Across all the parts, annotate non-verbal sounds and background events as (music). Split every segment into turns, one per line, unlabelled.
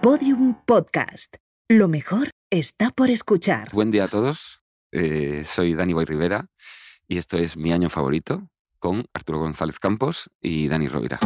Podium Podcast. Lo mejor está por escuchar.
Buen día a todos. Eh, soy Dani Boy Rivera y esto es Mi Año Favorito con Arturo González Campos y Dani Rovira.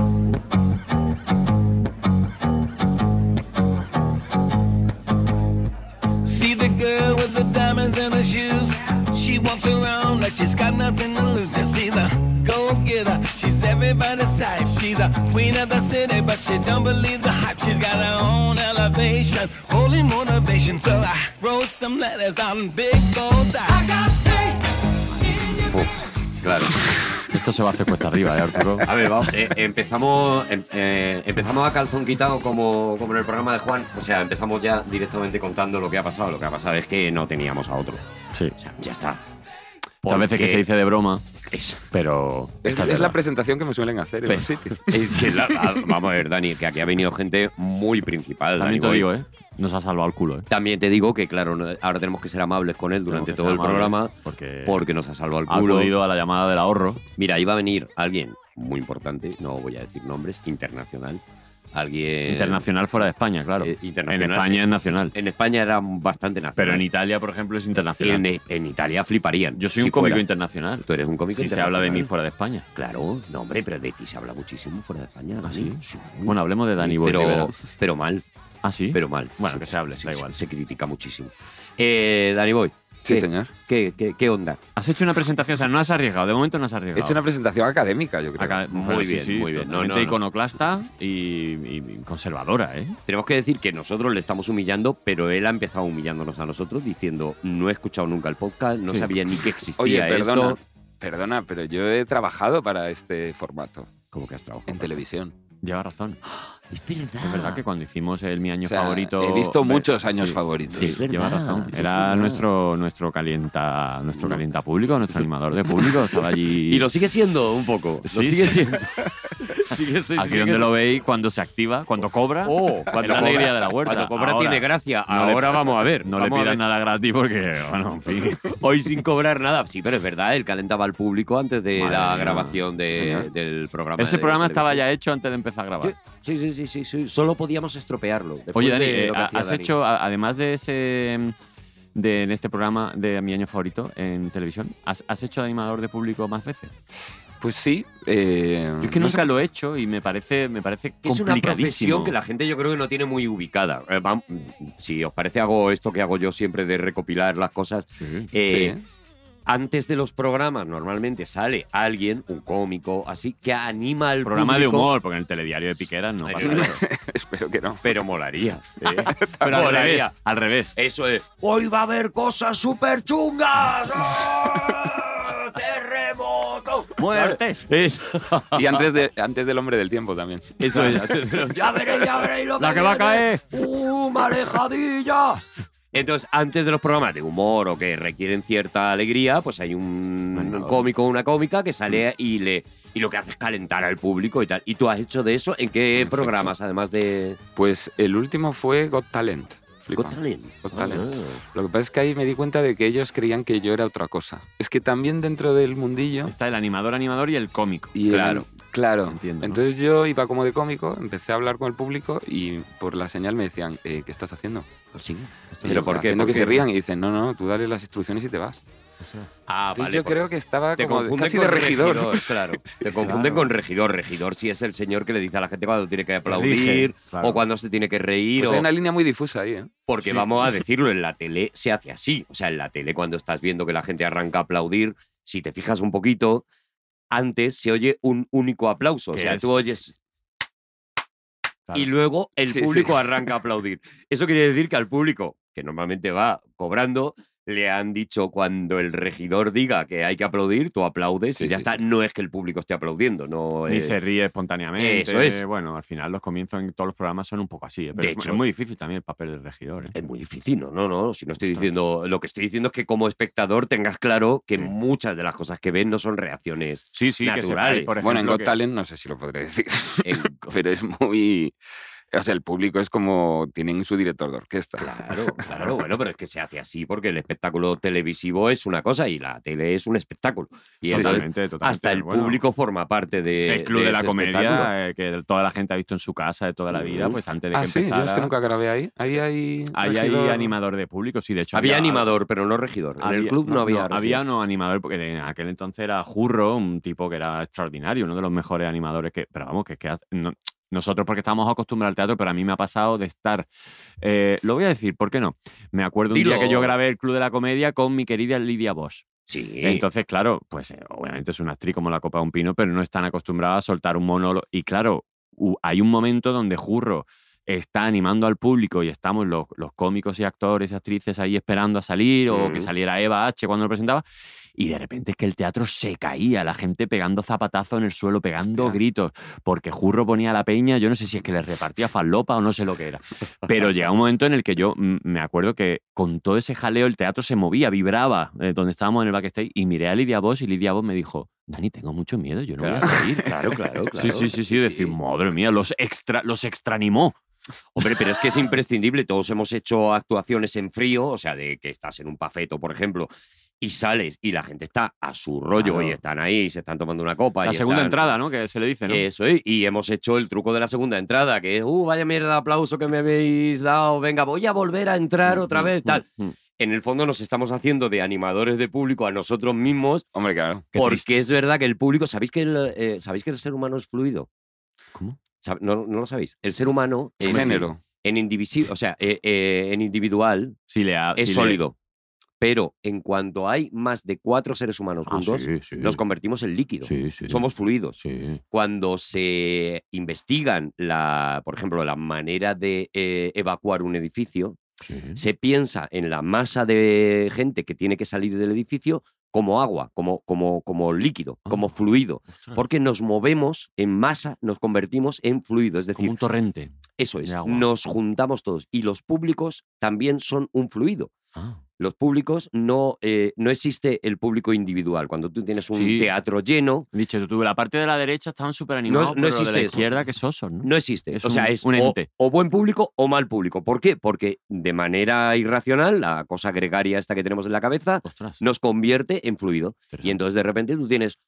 See the girl with the diamonds in her shoes. She walks around like she's got nothing to lose. Just see the go getter. She's everybody's type. She's a queen of the city, but she don't believe the hype. She's got her own elevation, holy motivation. So I wrote some letters on big goals. I got
Claro.
Esto se va a hacer cuesta arriba, ¿eh,
(laughs)
Arturo?
A ver, vamos, eh, empezamos, em- eh, empezamos a calzón quitado como, como en el programa de Juan. O sea, empezamos ya directamente contando lo que ha pasado. Lo que ha pasado es que no teníamos a otro.
Sí.
O sea, ya está.
Muchas veces que
Porque-
se dice de broma,
Es,
pero.
Es,
esta
es la
verdad.
presentación que me suelen hacer en
Pero-
los (laughs) sitios.
es que la- a- vamos a ver, Dani, que aquí ha venido gente muy principal. Dani
También te
Boy.
digo, ¿eh? Nos ha salvado el culo, ¿eh?
También te digo que, claro, no- ahora tenemos que ser amables con él durante
Tenemos que
todo
ser
el
amables,
programa
Porque.
porque nos ha salvado el
ha
culo.
acudido a la llamada del ahorro.
Mira, iba a venir alguien muy importante, no voy a decir nombres, internacional. Alguien.
internacional fuera de España, claro.
eh, internacional.
En España es nacional.
En España era bastante nacional.
Pero en Italia, por ejemplo, es internacional.
En, en Italia fliparían.
Yo soy
Si
un cómico
fuera.
internacional.
Tú eres un cómico
Si se
internacional.
habla de mí fuera de España.
Claro, no, hombre, pero de ti se habla muchísimo fuera de España.
¿Ah,
Dani.
sí?
Sí.
Bueno, hablemos de Dani Boy Rivera.
Mm, pero, pero mal,
Ah, sí.
pero mal.
Bueno, que se hable, da igual.
Se, critica muchísimo. Eh, Dani Boy.
Sí,
¿qué-
señor.
¿Qué, qué, qué onda?
Has hecho una presentación, o sea, no has arriesgado. De momento no has
He
arriesgado.
hecho una presentación académica, yo creo.
Acá-
Muy
bueno,
bien, muy bien. No,
totalmente
no, no.
iconoclasta y, y conservadora, ¿eh?
Tenemos que decir que nosotros le estamos humillando, pero él ha empezado humillándonos a nosotros diciendo no he escuchado nunca el podcast, no
Sí.
sabía ni que existía
Oye, perdona,
esto.
perdona, pero yo he trabajado para este formato
¿Cómo que has trabajado?
en televisión.
Lleva razón.
(gasps) Es verdad.
Es verdad que cuando hicimos el mi año
O sea,
favorito.
he visto
Ve-
muchos años
sí,
favoritos.
Sí,
Es verdad,
lleva razón.
es
Era
verdad.
nuestro, nuestro calienta, nuestro calienta público, nuestro animador de público. Estaba allí. (laughs)
Y lo sigue siendo un poco.
Sí,
lo sigue
sí. (laughs)
siendo. sigue, sí, sigue
Aquí donde
siendo.
lo veis, cuando se activa, cuando cobra.
Oh,
es
cuando
Ah, la
cobra,
alegría de la huerta.
Cuando cobra
Ahora,
tiene gracia.
no le-
Ahora
(laughs)
vamos a ver.
No
vamos
le
a ver.
pidan nada gratis porque, bueno, (laughs) en fin.
Hoy sin cobrar nada. Sí, pero es verdad, él calentaba al público antes de
Madre
la
mía. ¿eh?
grabación de-
Sí, señor.
del programa.
Ese
de
programa estaba
televisión.
ya hecho antes de empezar a grabar.
Sí, sí, sí, sí, sí. Solo podíamos estropearlo. Después
Oye,
de
Dani,
lo
eh,
que hacía
has
Dani.
hecho, a- además de ese. mm, De, en este programa de mi año favorito en televisión, ¿has, has hecho de animador de público más veces?
Pues sí. eh,
Yo es que
no
nunca lo he hecho y me parece, me parece
Que es una
complicadísimo.
profesión que la gente yo creo que no tiene muy ubicada. Eh, vam- si os parece, hago esto que hago yo siempre de recopilar las cosas.
Sí.
Eh,
Sí. (laughs)
Antes de los programas normalmente sale alguien, un cómico, así que anima al
programa de
público.
humor, porque en el telediario de Piqueras no
Ay,
pasa
no, no.
nada.
Espero que no.
Pero (laughs) molaría. ¿eh?
Pero al
Molaría.
revés, al revés.
Eso es. Hoy va a haber cosas ¡Oh, súper chungas. Terremoto.
Muertes.
Eso,
(laughs) Y antes, de, antes del hombre del tiempo también.
eso es. ya veréis, ya veréis lo
La que va a
viene.
caer.
¡Uh, marejadilla! Entonces, antes de los programas de humor o que requieren cierta alegría, pues hay un
Bueno.
cómico o una cómica que sale y le y lo que hace es calentar al público y tal. ¿Y tú has hecho de eso en qué
Perfecto.
programas, además de
Pues el último fue Got Talent. Flipa.
Got Talent?
Got Talent.
Ah.
¿eh? Lo que pasa es que ahí me di cuenta de que ellos creían que yo era otra cosa. Es que también dentro del mundillo
Está el animador, animador y el cómico.
Y
Claro.
eran- claro.
Entiendo, ¿no?
Entonces yo iba como de cómico, empecé a hablar con el público y por la señal me decían, "Eh, ¿qué estás haciendo?
Ah, Sí.
Y
¿Pero por qué?
Haciendo que
¿Por qué?
se rían y dicen, no, no, tú dale las instrucciones y te vas.
Ah,
Entonces
vale.
yo
por-
creo que estaba
Te
como de-
confunden
casi de
con
regidor. (laughs)
claro. Te confunden
claro.
con regidor. Regidor sí es el señor que le dice a la gente cuando tiene que aplaudir
claro.
o cuando se tiene que reír.
Pues
o-
hay una línea muy difusa ahí, ¿eh?
Porque
Sí.
vamos a decirlo, en la tele se hace así. O sea, en la tele cuando estás viendo que la gente arranca a aplaudir, si te fijas un poquito, antes se oye un único aplauso. O
Que
sea,
es-
tú oyes
Claro.
y luego el
Sí,
público
sí.
arranca a aplaudir. Eso quiere decir que al público, que normalmente va cobrando, le han dicho cuando el regidor diga que hay que aplaudir, tú aplaudes
Sí,
y ya
sí,
está. No es que el público esté aplaudiendo, no
Ni
eh,
se ríe espontáneamente.
eso es.
Bueno, al final los comienzos en todos los programas son un poco así. ¿eh? Pero
De
es-
hecho.
es muy difícil también el papel del regidor. ¿eh?
Es muy difícil, no, no, no. Si no estoy diciendo. Lo que estoy diciendo es que como espectador tengas claro que
Sí.
muchas de las cosas que ven no son reacciones.
Sí, sí, que sepáis,
Naturales.
por ejemplo,
(laughs) bueno, en Got
que-
Talent no sé si lo podré decir,
en-
pero es muy... O sea, el público es como tienen su director de orquesta.
Claro, claro, bueno, pero es que se hace así porque el espectáculo televisivo es una cosa y la tele es un espectáculo. Y
Sí,
entonces,
sí.
totalmente, totalmente.
hasta el
Bueno,
público forma parte de.
el club de, la
ese espectáculo.
comedia eh, que toda la gente ha visto en su casa de toda la vida, pues antes de que
Ah, sí, yo
empezara.
es que nunca grabé ahí. Ahí hay.
Ahí hay
regidor.
animador de público, sí, de hecho.
Había
ya-
animador, pero no regidor. En el
había-
club no, había. regidor.
había no animador, porque en aquel entonces era Jurro, un tipo que era extraordinario, uno de los mejores animadores que. Pero vamos, que es que hace- no- nosotros, porque estábamos acostumbrados al teatro, pero a mí me ha pasado de estar. eh, lo voy a decir, ¿por qué no? Me acuerdo un día que
Dilo.
yo grabé el Club de la Comedia con mi querida Lidia Bosch.
Sí.
Entonces, claro, pues eh, obviamente es una actriz como la copa de un pino, pero no es tan acostumbrada a soltar un monólogo. Y claro, u- hay un momento donde Jurro está animando al público y estamos los, los cómicos y actores y actrices ahí esperando a salir o que
Mm.
saliera Eva H cuando lo presentaba. Y de repente es que el teatro se caía, la gente pegando zapatazos en el suelo, pegando
Hostia.
gritos, porque Jurro ponía la peña, yo no sé si es que les repartía falopa o no sé lo que era. Pero llega un momento en el que yo mm, me acuerdo que con todo ese jaleo el teatro se movía, vibraba, eh, donde estábamos en el backstage, y miré a Lidia Bosch y Lidia Bosch me dijo, Dani, tengo mucho miedo, yo no voy a
Claro,
salir.
(laughs) Claro, claro, claro.
(laughs) Sí, sí, sí, sí, decir, madre mía, los extra, los extranimó.
Hombre, pero es que es imprescindible. Todos hemos hecho actuaciones en frío, o sea, de que estás en un pafeto, por ejemplo, y sales y la gente está a su rollo
Claro.
y están ahí, se están tomando una copa.
La
y
segunda
están-
entrada, ¿no? Que se le dice, ¿no?
Eso es, y hemos hecho el truco de la segunda entrada, que es, uh, vaya mierda de aplauso que me habéis dado, venga, voy a volver a entrar otra vez, tal. En el fondo nos estamos haciendo de animadores de público a nosotros mismos,
Hombre, claro.
Qué
porque
triste.
es verdad que el público, ¿sabéis que el, eh, ¿sabéis que el ser humano es fluido?
¿Cómo?
Sab- No, no lo sabéis. El ser humano en,
Género.
en indivisi- o sea, eh, eh, en individual
Si le ha-
es
si Ah, le-
sólido. Pero en cuanto hay más de cuatro seres humanos
Ah,
juntos,
sí, sí.
nos convertimos en líquido.
Sí, sí.
Somos fluidos
Sí.
cuando se investigan, la, por ejemplo, la manera de eh, evacuar un edificio,
sí.
se piensa en la masa de gente que tiene que salir del edificio como agua, como, como, como líquido, como fluido,
Ah, Ostras,
porque nos movemos en masa, nos convertimos en fluido, es
como
decir,
un torrente.
eso es,
de agua.
nos juntamos todos y los públicos también son un fluido.
Ah,
Los públicos no, eh, no existe el público individual. Cuando tú tienes un
Sí.
teatro lleno,
Dicho tú, la parte de la derecha estaban súper animados,
No- no
pero lo de
existe
la
eso.
izquierda que sosos, ¿no?
No existe.
Es
o sea,
un-
es
un
o-
ente.
O, buen público o mal público. ¿Por qué? Porque de manera irracional, la cosa gregaria esta que tenemos en la cabeza
Ostras.
nos convierte en fluido. Y entonces de repente tú tienes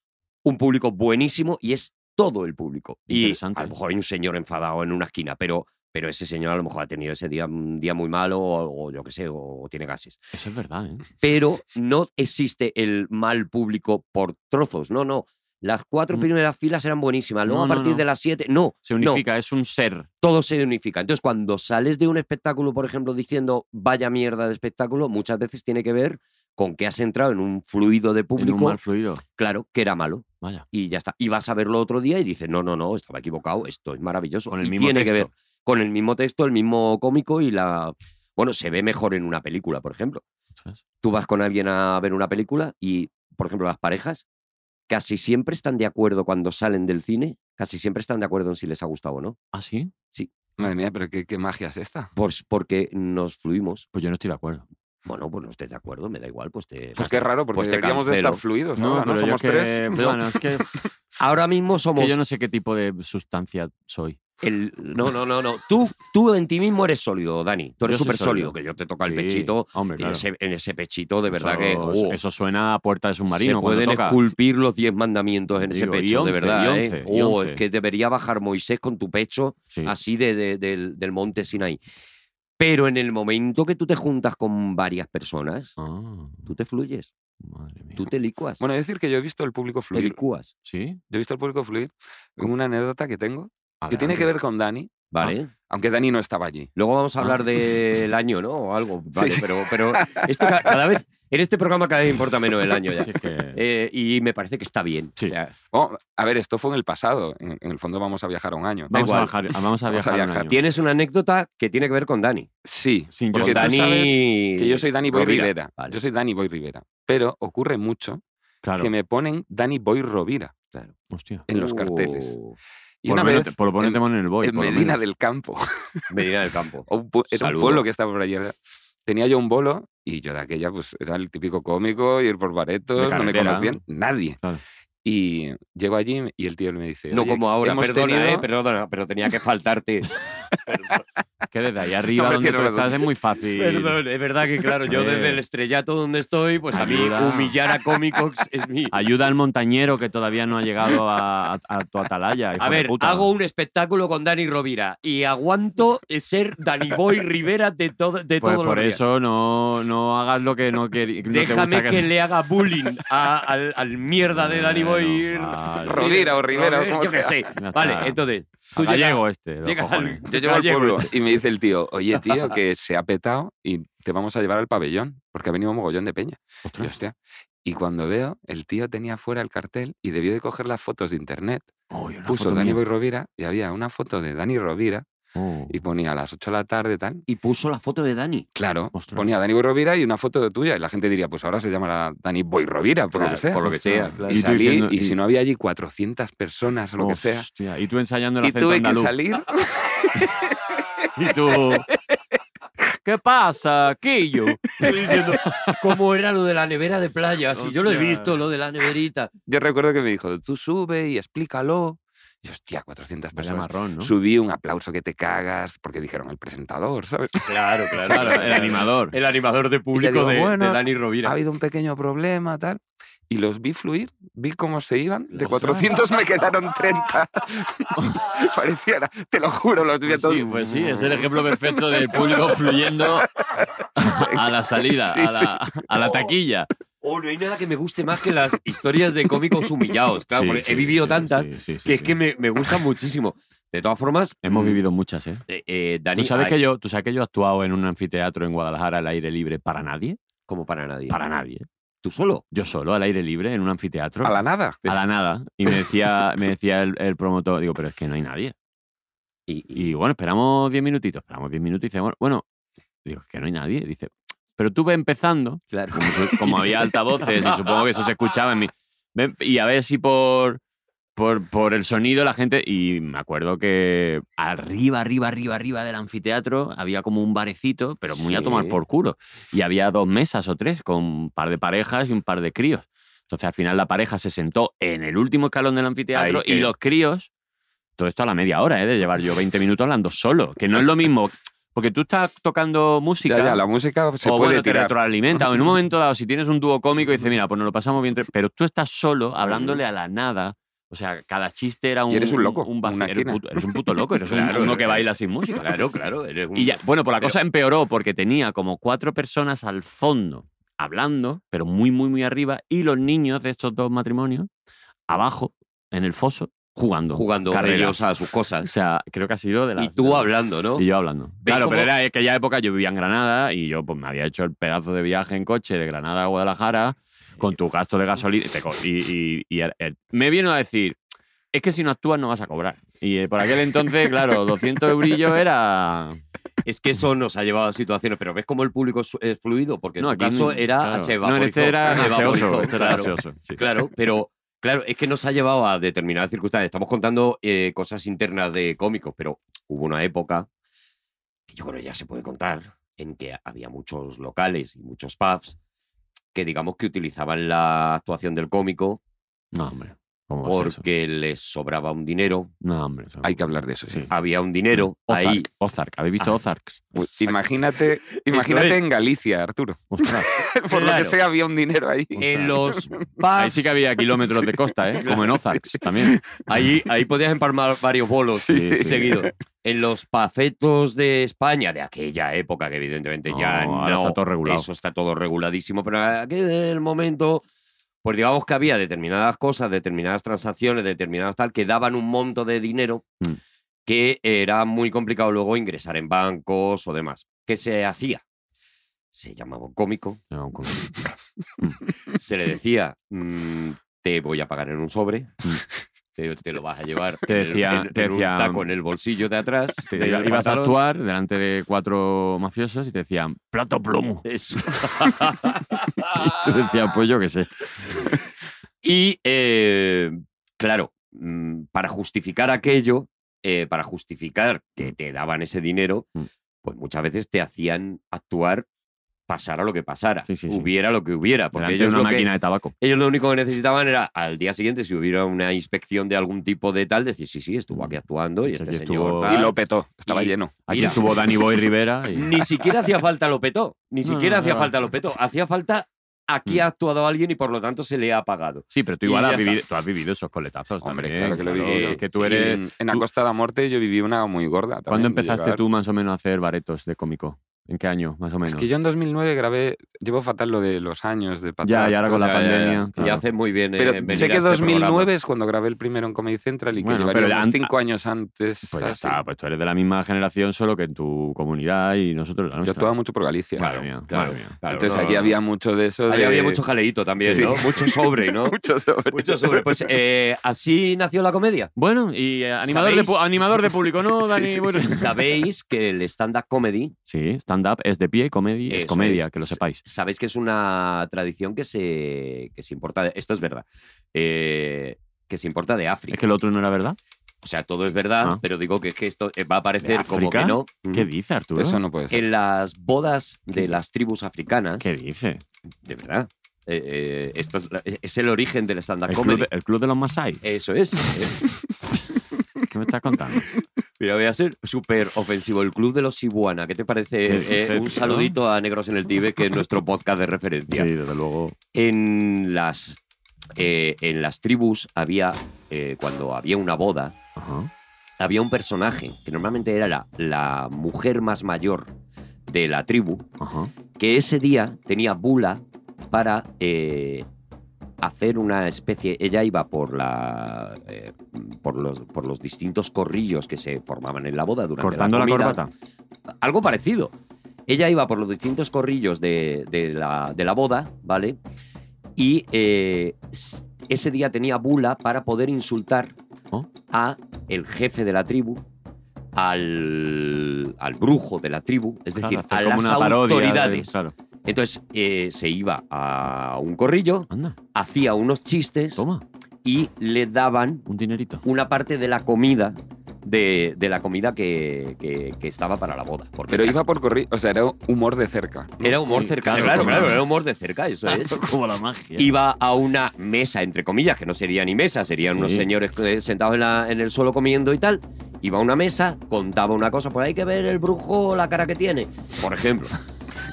un público buenísimo y es todo el público. Y
Interesante,
a
¿eh?
lo mejor hay un señor enfadado en una esquina, pero, pero ese señor a lo mejor ha tenido ese día un día muy malo o, o yo qué sé, o, o tiene gases.
Eso es verdad, ¿eh?
Pero no existe el mal público por trozos. No, no. Las cuatro
Mm.
primeras filas eran buenísimas. Luego
No,
a
no,
partir
no.
de las siete. No.
Se
no
unifica, es un ser.
todo se unifica. Entonces, cuando sales de un espectáculo, por ejemplo, diciendo vaya mierda de espectáculo, muchas veces tiene que ver con que has entrado en un fluido de
en un
público,
mal fluido.
claro, que era malo.
Vaya.
Y ya está. Y vas a verlo otro día y dices, no, no, no, estaba equivocado, esto es maravilloso.
Con el
Y
mismo
tiene que
texto.
ver con el mismo texto, el mismo cómico y la... Bueno, se ve mejor en una película, por ejemplo.
Ostras.
Tú vas con alguien a ver una película y, por ejemplo, las parejas casi siempre están de acuerdo cuando salen del cine, casi siempre están de acuerdo en si les ha gustado o no.
¿Ah, sí?
Madre mía, pero qué, qué magia es esta.
Pues porque nos fluimos.
Pues yo no estoy de acuerdo.
Bueno, pues no estés de acuerdo, me da igual, pues te.
Pues qué raro, porque
Pues te
deberíamos de
cancelo.
estar fluidos.
no,
Pues ahora, No,
pero yo
somos
que-
tres.
Bueno, es que, es que
Ahora mismo somos.
yo no sé qué tipo de sustancia soy.
el- no, no, no, no. Tú, tú en ti mismo eres sólido, Dani. Tú eres
Yo soy
súper sólido,
sólido.
que yo te toca el
Sí,
pechito.
Hombre,
y
claro.
ese- en ese pechito, de verdad que.
eso,
oh,
eso suena a puerta de submarino.
se
cuando
pueden
toca.
esculpir los diez mandamientos en ese
Digo, y
pecho,
once,
de verdad.
y
¿eh?
once, y
Oh,
once.
es que debería bajar Moisés con tu pecho
Sí.
así de, de- del, del monte Sinaí. Pero en el momento que tú te juntas con varias personas,
Ah,
tú te fluyes,
madre mía.
tú te licuas,
Bueno, decir que yo he visto el público
te
fluir.
licúas,
¿Sí?
Yo he visto el público fluir con una anécdota que tengo que tiene
Adelante.
que ver con Dani,
¿vale?
aunque Dani no estaba allí.
Luego vamos a
Ah.
hablar del año, ¿no? O (laughs) algo. Vale,
sí.
Pero, pero esto ca- cada vez, en este programa cada vez importa menos el (laughs) año ya.
Sí, es que-
Eh, y me parece que está bien.
Sí.
O sea,
Oh, a ver, esto fue en el pasado. En, en el fondo vamos a viajar a un año.
vamos, a
igual.
bajar, vamos a
Vamos a
viajar. un
viajar.
año.
tienes una anécdota que tiene que ver con Dani.
Sí,
Sí, yo-
porque tú
Dani-
sabes que yo soy Dani Boy
Rovira.
Rivera.
Vale.
Yo soy Dani Boy Rivera. Pero ocurre mucho
Claro.
que me ponen Dani Boy Rovira
Hostia.
en los
(laughs)
carteles.
Uh,
Y
por,
una
lo menos,
vez
te- por lo menos
en-
te ponen el boy.
en
por lo
Medina
menos.
del Campo,
Medina del (laughs) Campo.
un pue- era un
Saludo.
pueblo que estaba por allí, era- tenía yo un bolo y yo de aquella pues era el típico cómico, ir por
De
baretos, no me
carretera.
conocían nadie.
Claro.
Y llego allí y el tío me dice...
No
"Oye,
como ahora,
hemos
perdona,
tenido-
(laughs) eh, perdona, pero tenía que faltarte.
Es que desde ahí arriba
No me
donde
quiero
tú estás
redondear.
es muy fácil.
Perdón, es verdad que claro, yo
Eh.
desde el estrellato donde estoy, pues a mí
Ayuda.
humillar a (laughs) Comicox es mi...
Ayuda al montañero que todavía no ha llegado a, a- a tu atalaya. hijo
A
de
ver,
puta.
hago un espectáculo con Dani Rovira y
(laughs)
aguanto ser Dani Boy Rivera de, todo, de
Pues
todos
por
los días.
eso no, no hagas lo que no querías.
Déjame que,
(laughs)
le haga bullying a- al, al mierda de Dani
Bueno,
Boy.
vale.
Rovira o Rivera, o como
yo qué
sea.
sé.
Ya está.
Vale, entonces, tú
Al gallego este. los
llegas
cojones.
(laughs)
al-
Yo llevo al
gallego
pueblo
este.
y me dice el tío, oye tío, que se ha petado y te vamos a llevar al pabellón, porque ha venido un mogollón de peña.
Ah.
Y, yo,
este,
hostia. y cuando veo, el tío tenía fuera el cartel y debió de coger las fotos de internet.
Uy, una
Puso
foto
Dani
mía.
Boy Rovira y había una foto de Dani Rovira
(laughs)
Oh.
y ponía a las 8 de la tarde tal.
Y puso la foto de Dani.
Claro,
Ostras.
ponía Dani Boy Rovira y una foto de tuya. Y la gente diría, pues ahora se llamará Dani Boy Rovira, por lo
Claro,
que sea.
por lo que sea, claro.
Y
Y tú
salí,
diciendo-
y
y-
si no había allí 400 personas o lo que sea.
Hostia, Y tú ensayando el
Y
acento
tuve que
andaluz.
salir
Y tú.
(laughs)
¿Qué pasa, Quillo?
Pues ¿Cómo era lo de la nevera de playa? Si yo lo he
Hostia.
visto, lo de la neverita.
Yo recuerdo que me dijo, tú sube y explícalo. Y hostia, 400
Vaya
personas.
marrón, ¿no?
Subí un aplauso que te cagas porque dijeron el presentador, ¿sabes?
Claro, claro. (laughs)
Claro, el animador.
El animador de público
digo,
de,
bueno,
de Dani Rovira.
Ha habido un pequeño problema, tal. Y los vi fluir, vi cómo se iban. De
Ostras.
400 me quedaron
(laughs)
30. Pareciera, te lo juro, los vi a
Pues
todos.
sí, pues sí, es el ejemplo perfecto
(laughs)
del público fluyendo a la salida,
Sí,
a, la, a la taquilla.
Oh, no hay nada que me guste más que las historias de cómicos humillados. Claro,
Sí,
porque
sí,
he vivido
sí,
tantas
sí, sí, sí,
que es
sí.
que me, me gustan muchísimo. De todas formas,
Hemos vivido muchas, ¿eh?
eh, eh, Dani,
¿Tú sabes,
Mm. ay,
que yo, ¿Tú sabes que yo he actuado en un anfiteatro en Guadalajara al aire libre para nadie?
como para nadie.
Para nadie.
¿Tú solo?
Yo solo, al aire libre, en un anfiteatro.
A la nada.
a la nada. Y me decía, me decía el, el promotor, digo, pero es que no hay nadie.
Y, y-
Y bueno, esperamos 10 minutitos, esperamos 10 minutos y dice, bueno, bueno, digo, es que no hay nadie. Dice, pero tú ve empezando,
claro.
como, su- como había altavoces y supongo que eso se escuchaba en mí. Ven, Y a ver si por, por, por el sonido la gente... Y me acuerdo que arriba, arriba, arriba, arriba del anfiteatro había como un barecito, pero muy a tomar
Sí.
por culo. Y había dos mesas o tres con un par de parejas y un par de críos. Entonces al final la pareja se sentó en el último escalón del anfiteatro
Ahí
y
que-
los críos... Todo esto a la media hora, ¿eh? De llevar yo 20 minutos hablando solo, que no es lo mismo. Porque tú estás tocando música
Ya, ya, la música se
o
puede
bueno, te
tirar.
retroalimenta. O en un momento dado, si tienes un dúo cómico, dices, mira, pues nos lo pasamos bien. tre- Pero tú estás solo, hablándole a la nada. O sea, cada chiste era un.
eres un loco,
vacío.
una
Eres
esquina.
puto- eres un puto
(laughs)
loco, eres un-
Claro,
uno que
eres-
baila sin música.
Claro, claro. Eres un-
Y ya, bueno, pues la
Pero-
cosa empeoró porque tenía como cuatro personas al fondo hablando, pero muy, muy, muy arriba, y los niños de estos dos matrimonios abajo, en el foso, jugando.
jugando
carreras.
ellos a sus
O (laughs)
cosas.
sea, creo que ha sido de las.
Y
de
tú
las-
hablando, ¿no?
y yo hablando.
¿Ves
Claro,
cómo-
pero era en aquella época yo vivía en Granada y yo pues me había hecho el pedazo de viaje en coche de Granada a Guadalajara con tu gasto de gasolina. y te co- Y, y- y el- el- me vino a decir, es que si no actúas no vas a cobrar. Y eh, por aquel entonces, claro, 200 eurillos era...
Es que eso nos ha llevado a situaciones, pero ves cómo el público es- es fluido, porque en
No,
tu caso
no-
era
claro.
se
No, en
vaporizó,
este era
se
gaseoso.
vaporizó,
Este era
claro.
gaseoso, sí.
Claro, pero claro, es que nos ha llevado a determinadas circunstancias. Estamos contando eh, cosas internas de cómicos, pero hubo una época que yo creo que ya se puede contar, en que había muchos locales y muchos pubs que digamos que utilizaban la actuación del cómico
No, hombre. ¿Cómo va a ser eso?
porque les sobraba un dinero,
No, hombre. eso-
Hay que hablar de eso, sí.
Sí. Mm.
había un dinero
Ozark,
ahí.
Ozark. ¿Habéis visto
Ah.
Ozark?
Pues imagínate imagínate en Galicia, Arturo. (laughs)
Ostras.
Por lo que
Claro.
sea, había un dinero ahí.
(laughs)
Pues
En los pubs
Ahí sí que había
(laughs)
kilómetros de costa, ¿eh? Como en Ozark también.
Ahí, ahí podías empalmar varios bolos
(laughs) Sí, sí.
seguidos. En los pafetos de España, de aquella época, que evidentemente (laughs) ya
No,
no.
ahora está todo regulado.
Eso está todo reguladísimo, pero en aquel momento, pues digamos que había determinadas cosas, determinadas transacciones, determinadas tal, que daban un monto de dinero
Mm.
que era muy complicado luego ingresar en bancos o demás. ¿Qué se hacía? Se llamaba un cómico,
No,
(laughs)
con-
se le
(laughs)
decía, mm, te voy a pagar en un sobre, pero te lo vas a llevar
Mm. Te
en el-
decía-
en,
te
en un
decía-
taco en el bolsillo de atrás.
Te
del
iba- ibas a
pantalón.
actuar delante de cuatro mafiosos y te decían, (laughs) plato plomo.
(laughs) Eso.
Y tú decías, pues yo qué sé.
Y eh, claro, mm, para justificar aquello, eh, para justificar que te daban ese dinero,
Mm.
pues muchas veces te hacían actuar pasara lo que pasara,
Sí, sí, sí.
hubiera lo que hubiera, (laughs) porque
Delante de
ellos
una
lo que-
máquina de tabaco.
ellos lo único que necesitaban era al día siguiente, si hubiera una inspección de algún tipo de tal, decir, sí, sí, estuvo aquí actuando y
Aquí
este
Mm. estuvo-
señor tal".
Y lo petó, estaba
Y-
lleno.
Aquí
Mira.
estuvo Danny Boy Rivera. (laughs) y-
(laughs) Ni siquiera hacía falta lo petó, ni
No,
siquiera
no,
hacía
no. Mm.
falta lo petó, hacía falta aquí ha actuado alguien y por lo tanto se le ha pagado.
Sí, pero tú
Y
igual
ya
has
está.
vivido, tú has vivido esos coletazos
Hombre,
pues también.
claro que lo he
claro,
vivido.
es que tú
Y
eres...
en, en Acosta de la Muerte yo viví una muy gorda. también
¿Cuándo
de
empezaste
llevar.
tú más o menos a hacer baretos de cómico? ¿En qué año, más o menos?
Es que yo en 2009 grabé, llevo fatal lo de los años de patrón.
Ya, y ahora con la
O sea, ya-
pandemia.
Y
claro.
hace muy bien. eh,
Pero
en venir
sé
a
que
este
2009
programa.
es cuando grabé el primero en Comedy Central y que
Bueno,
llevaría
pero
unos
an-
cinco años antes.
Pues ya
así.
eh.
está, pues tú eres de la misma generación, solo que en tu comunidad y nosotros la
Yo
nuestra.
actuaba mucho por Galicia.
pues Madre mía, madre mía.
Claro,
Entonces
no,
aquí
no.
había mucho de eso.
Ahí
de-
había mucho jaleíto también,
Sí.
¿no? Mucho sobre, ¿no?
(laughs) mucho sobre.
(laughs) Mucho sobre. Pues eh, así nació la comedia.
Bueno, y eh, animador, de,
¿Sabéis?
pu- animador de
(laughs)
público, ¿no,
Sí,
Dani?
sí,
Bueno. Sí,
Sabéis que el stand-up comedy,
stand-up es de pie, comedia es
Eso
comedia,
es.
que lo sepáis.
sabéis que es una tradición que se, que se importa, de- esto es verdad, eh, que se importa de África.
Es que lo otro no era verdad.
O sea, todo es verdad,
Ah.
pero digo que es que esto eh, va a
¿De
parecer como
África?
que no.
¿Qué dice, Arturo?
Eso no puede ser.
En las bodas de las tribus africanas,
¿Qué dice?
de verdad, eh, eh, esto es, la- es el origen del stand-up
¿El club,
comedy.
de, el club de los Masai?
Eso es. eh.
¿Qué me estás
(laughs)
contando?
Mira, voy a ser súper ofensivo. El Club de los Iguana, ¿qué te parece?
Qué
Eh,
sucede,
un
¿no?
saludito a Negros en el Tíbet, que es nuestro podcast de
Sí,
referencia.
desde luego.
En, las, eh, en las tribus había, eh, cuando había una boda,
Ajá.
había un personaje que normalmente era la, la mujer más mayor de la tribu,
Ajá.
que ese día tenía bula para eh, hacer una especie. Ella iba por la eh, por los por los distintos corrillos que se formaban en la boda durante
Cortando la,
la comida.
corbata.
Algo parecido. Ella iba por los distintos corrillos de, de la, de la boda, ¿vale? Y eh, s- ese día tenía bula para poder insultar
Oh.
a el jefe de la tribu, al, al brujo de la tribu, es decir,
Claro, hacer
a
como
las
una parodia eh, de-
autoridades.
claro.
Entonces eh, se iba a un corrillo,
Anda,
hacía unos chistes
toma,
y le daban
un dinerito.
una parte de la comida, de, de la comida que, que- que estaba para la boda. Porque
Pero
era-
iba por correr, o sea, era humor de cerca. ¿no?
era humor
Sí,
cercano. Claro,
claro, como-
claro, era humor de cerca, (laughs) eso es.
Como la magia.
Iba a una mesa, entre comillas, que no sería ni mesa, serían unos
Sí.
señores eh, sentados en, la- en el suelo comiendo y tal. Iba a una mesa, contaba una cosa, por ahí que ver el brujo, la cara que tiene, por (laughs) ejemplo.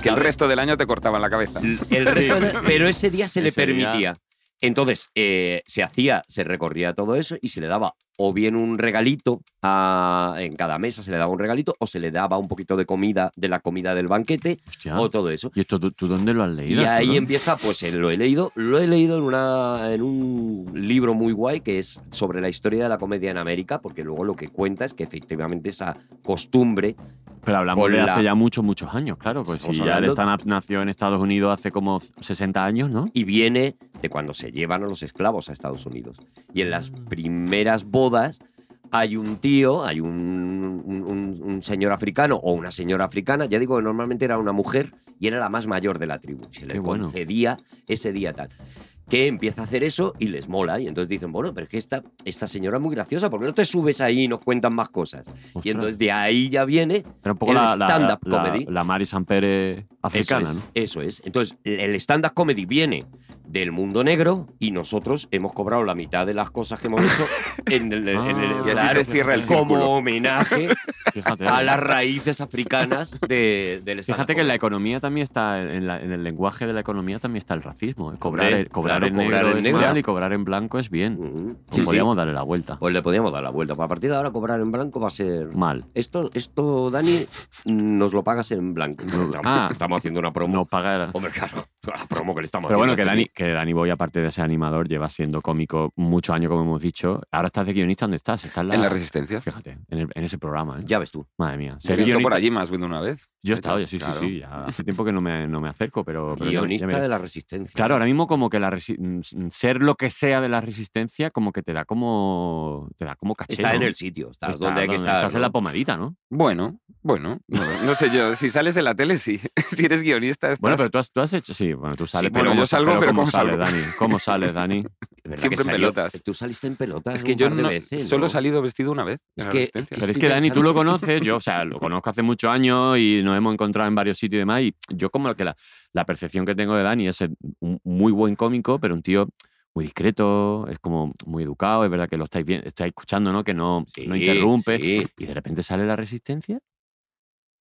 Que el
¿sabes?
resto del año te cortaban la cabeza.
El resto
Sí,
de-
sí, sí.
pero ese día se le
Ese día-
permitía. Entonces, eh, se hacía, se recorría todo eso y se le daba o bien un regalito a- en cada mesa, se le daba un regalito, o se le daba un poquito de comida, de la comida del banquete,
Hostia.
o todo eso.
¿Y esto tú, tú dónde lo has leído?
Y ahí
Arturo?
empieza, pues eh, lo he leído, lo he leído en, una, en un libro muy guay que es sobre la historia de la comedia en América, porque luego lo que cuenta es que efectivamente esa costumbre
Pero hablamos
con
de
la-
hace ya muchos, muchos años, claro. Pues si
Estamos
ya el
hablando-
stand-up nació en Estados Unidos hace como 60 años, ¿no?
y viene de cuando se llevan a los esclavos a Estados Unidos. Y en
Mm.
las primeras bodas hay un tío, hay un, un- un- un señor africano o una señora africana, ya digo que normalmente era una mujer y era la más mayor de la tribu. Se
Qué
le
bueno.
concedía ese día tal. Que empieza a hacer eso y les mola. Y entonces dicen, bueno, pero es que esta, esta señora es muy graciosa, ¿por qué no te subes ahí y nos cuentan más cosas? Y
Ostras.
entonces de ahí ya viene
Era un poco
el
la, la,
stand-up
la-
comedy.
la Mari Sampere africana,
eso
¿no?
es, Eso es. Entonces, el stand-up comedy viene del mundo negro y nosotros hemos cobrado la mitad de las cosas que hemos
(laughs)
hecho en el, en el-
Ah.
Y así
claro,
se cierra el
como
círculo.
(laughs)
homenaje
Fíjate.
a las raíces africanas de- del stand-up. (laughs)
Fíjate que en la
comedy.
economía también está, en, la- en el lenguaje de la economía también está el racismo. ¿eh? Cobrar,
Hombre,
el- cobrar
claro,
en negro
cobrar en
es
negro.
mal y cobrar en blanco es bien.
Ujú.
Pues
Sí, sí.
podríamos darle la vuelta.
Pues le podíamos dar la vuelta. A partir de ahora cobrar en blanco va a ser...
Mal.
Esto, esto Dani, nos lo pagas en blanco.
Ah.
estamos haciendo una promo.
No pagar.
Hombre, claro, la promo que le estamos
Pero bueno,
haciendo.
que
sí.
Dani, que Dani Boy, aparte de ser animador, lleva siendo cómico muchos años, como hemos dicho. Ahora estás de guionista, ¿dónde estás? Estás
En la resistencia.
Fíjate, en, el- en ese programa, ¿eh?
Ya ves tú.
Madre mía.
Te he
Ser
visto por
guionista-
allí más viendo una vez.
Yo he estado, sí,
Claro.
sí, sí. ya hace tiempo que no me, no me acerco, pero. pero ya- ya
Guionista
veré.
de la resistencia.
Claro, ahora mismo como que la resi- mm, ser lo que sea de la resistencia como que te da como te da como caché.
Está en
¿no?
el sitio, estás
Está
donde hay que
donde-
estar.
Estás en
¿no?
la pomadita, ¿no?
Bueno, Bueno, no, no sé yo. Si sales en la tele, sí. (laughs) si eres guionista, estás...
Bueno, pero tú has, tú has hecho. Sí, bueno, tú sales.
bueno, yo salgo, pero
¿cómo,
¿cómo
sales,
salgo?
Dani? ¿Cómo sales, Dani?
¿Verdad
Siempre en
salió-
pelotas.
Tú saliste en pelotas.
Es que
un
yo
par de
no-
veces,
solo
¿no?
he salido vestido una vez en
Es
la
que-
resistencia.
Pero es
Estoy
que Dani, tú
pensando-
lo conoces, yo, o sea, lo conozco hace muchos años y nos hemos encontrado en varios sitios y demás. Y yo, como que la, la percepción que tengo de Dani es ser un muy buen cómico, pero un tío muy discreto, es como muy educado, es verdad que lo estáis bien, estáis escuchando, ¿no? Que no,
Sí,
no interrumpe.
sí.
Y de repente sale la resistencia,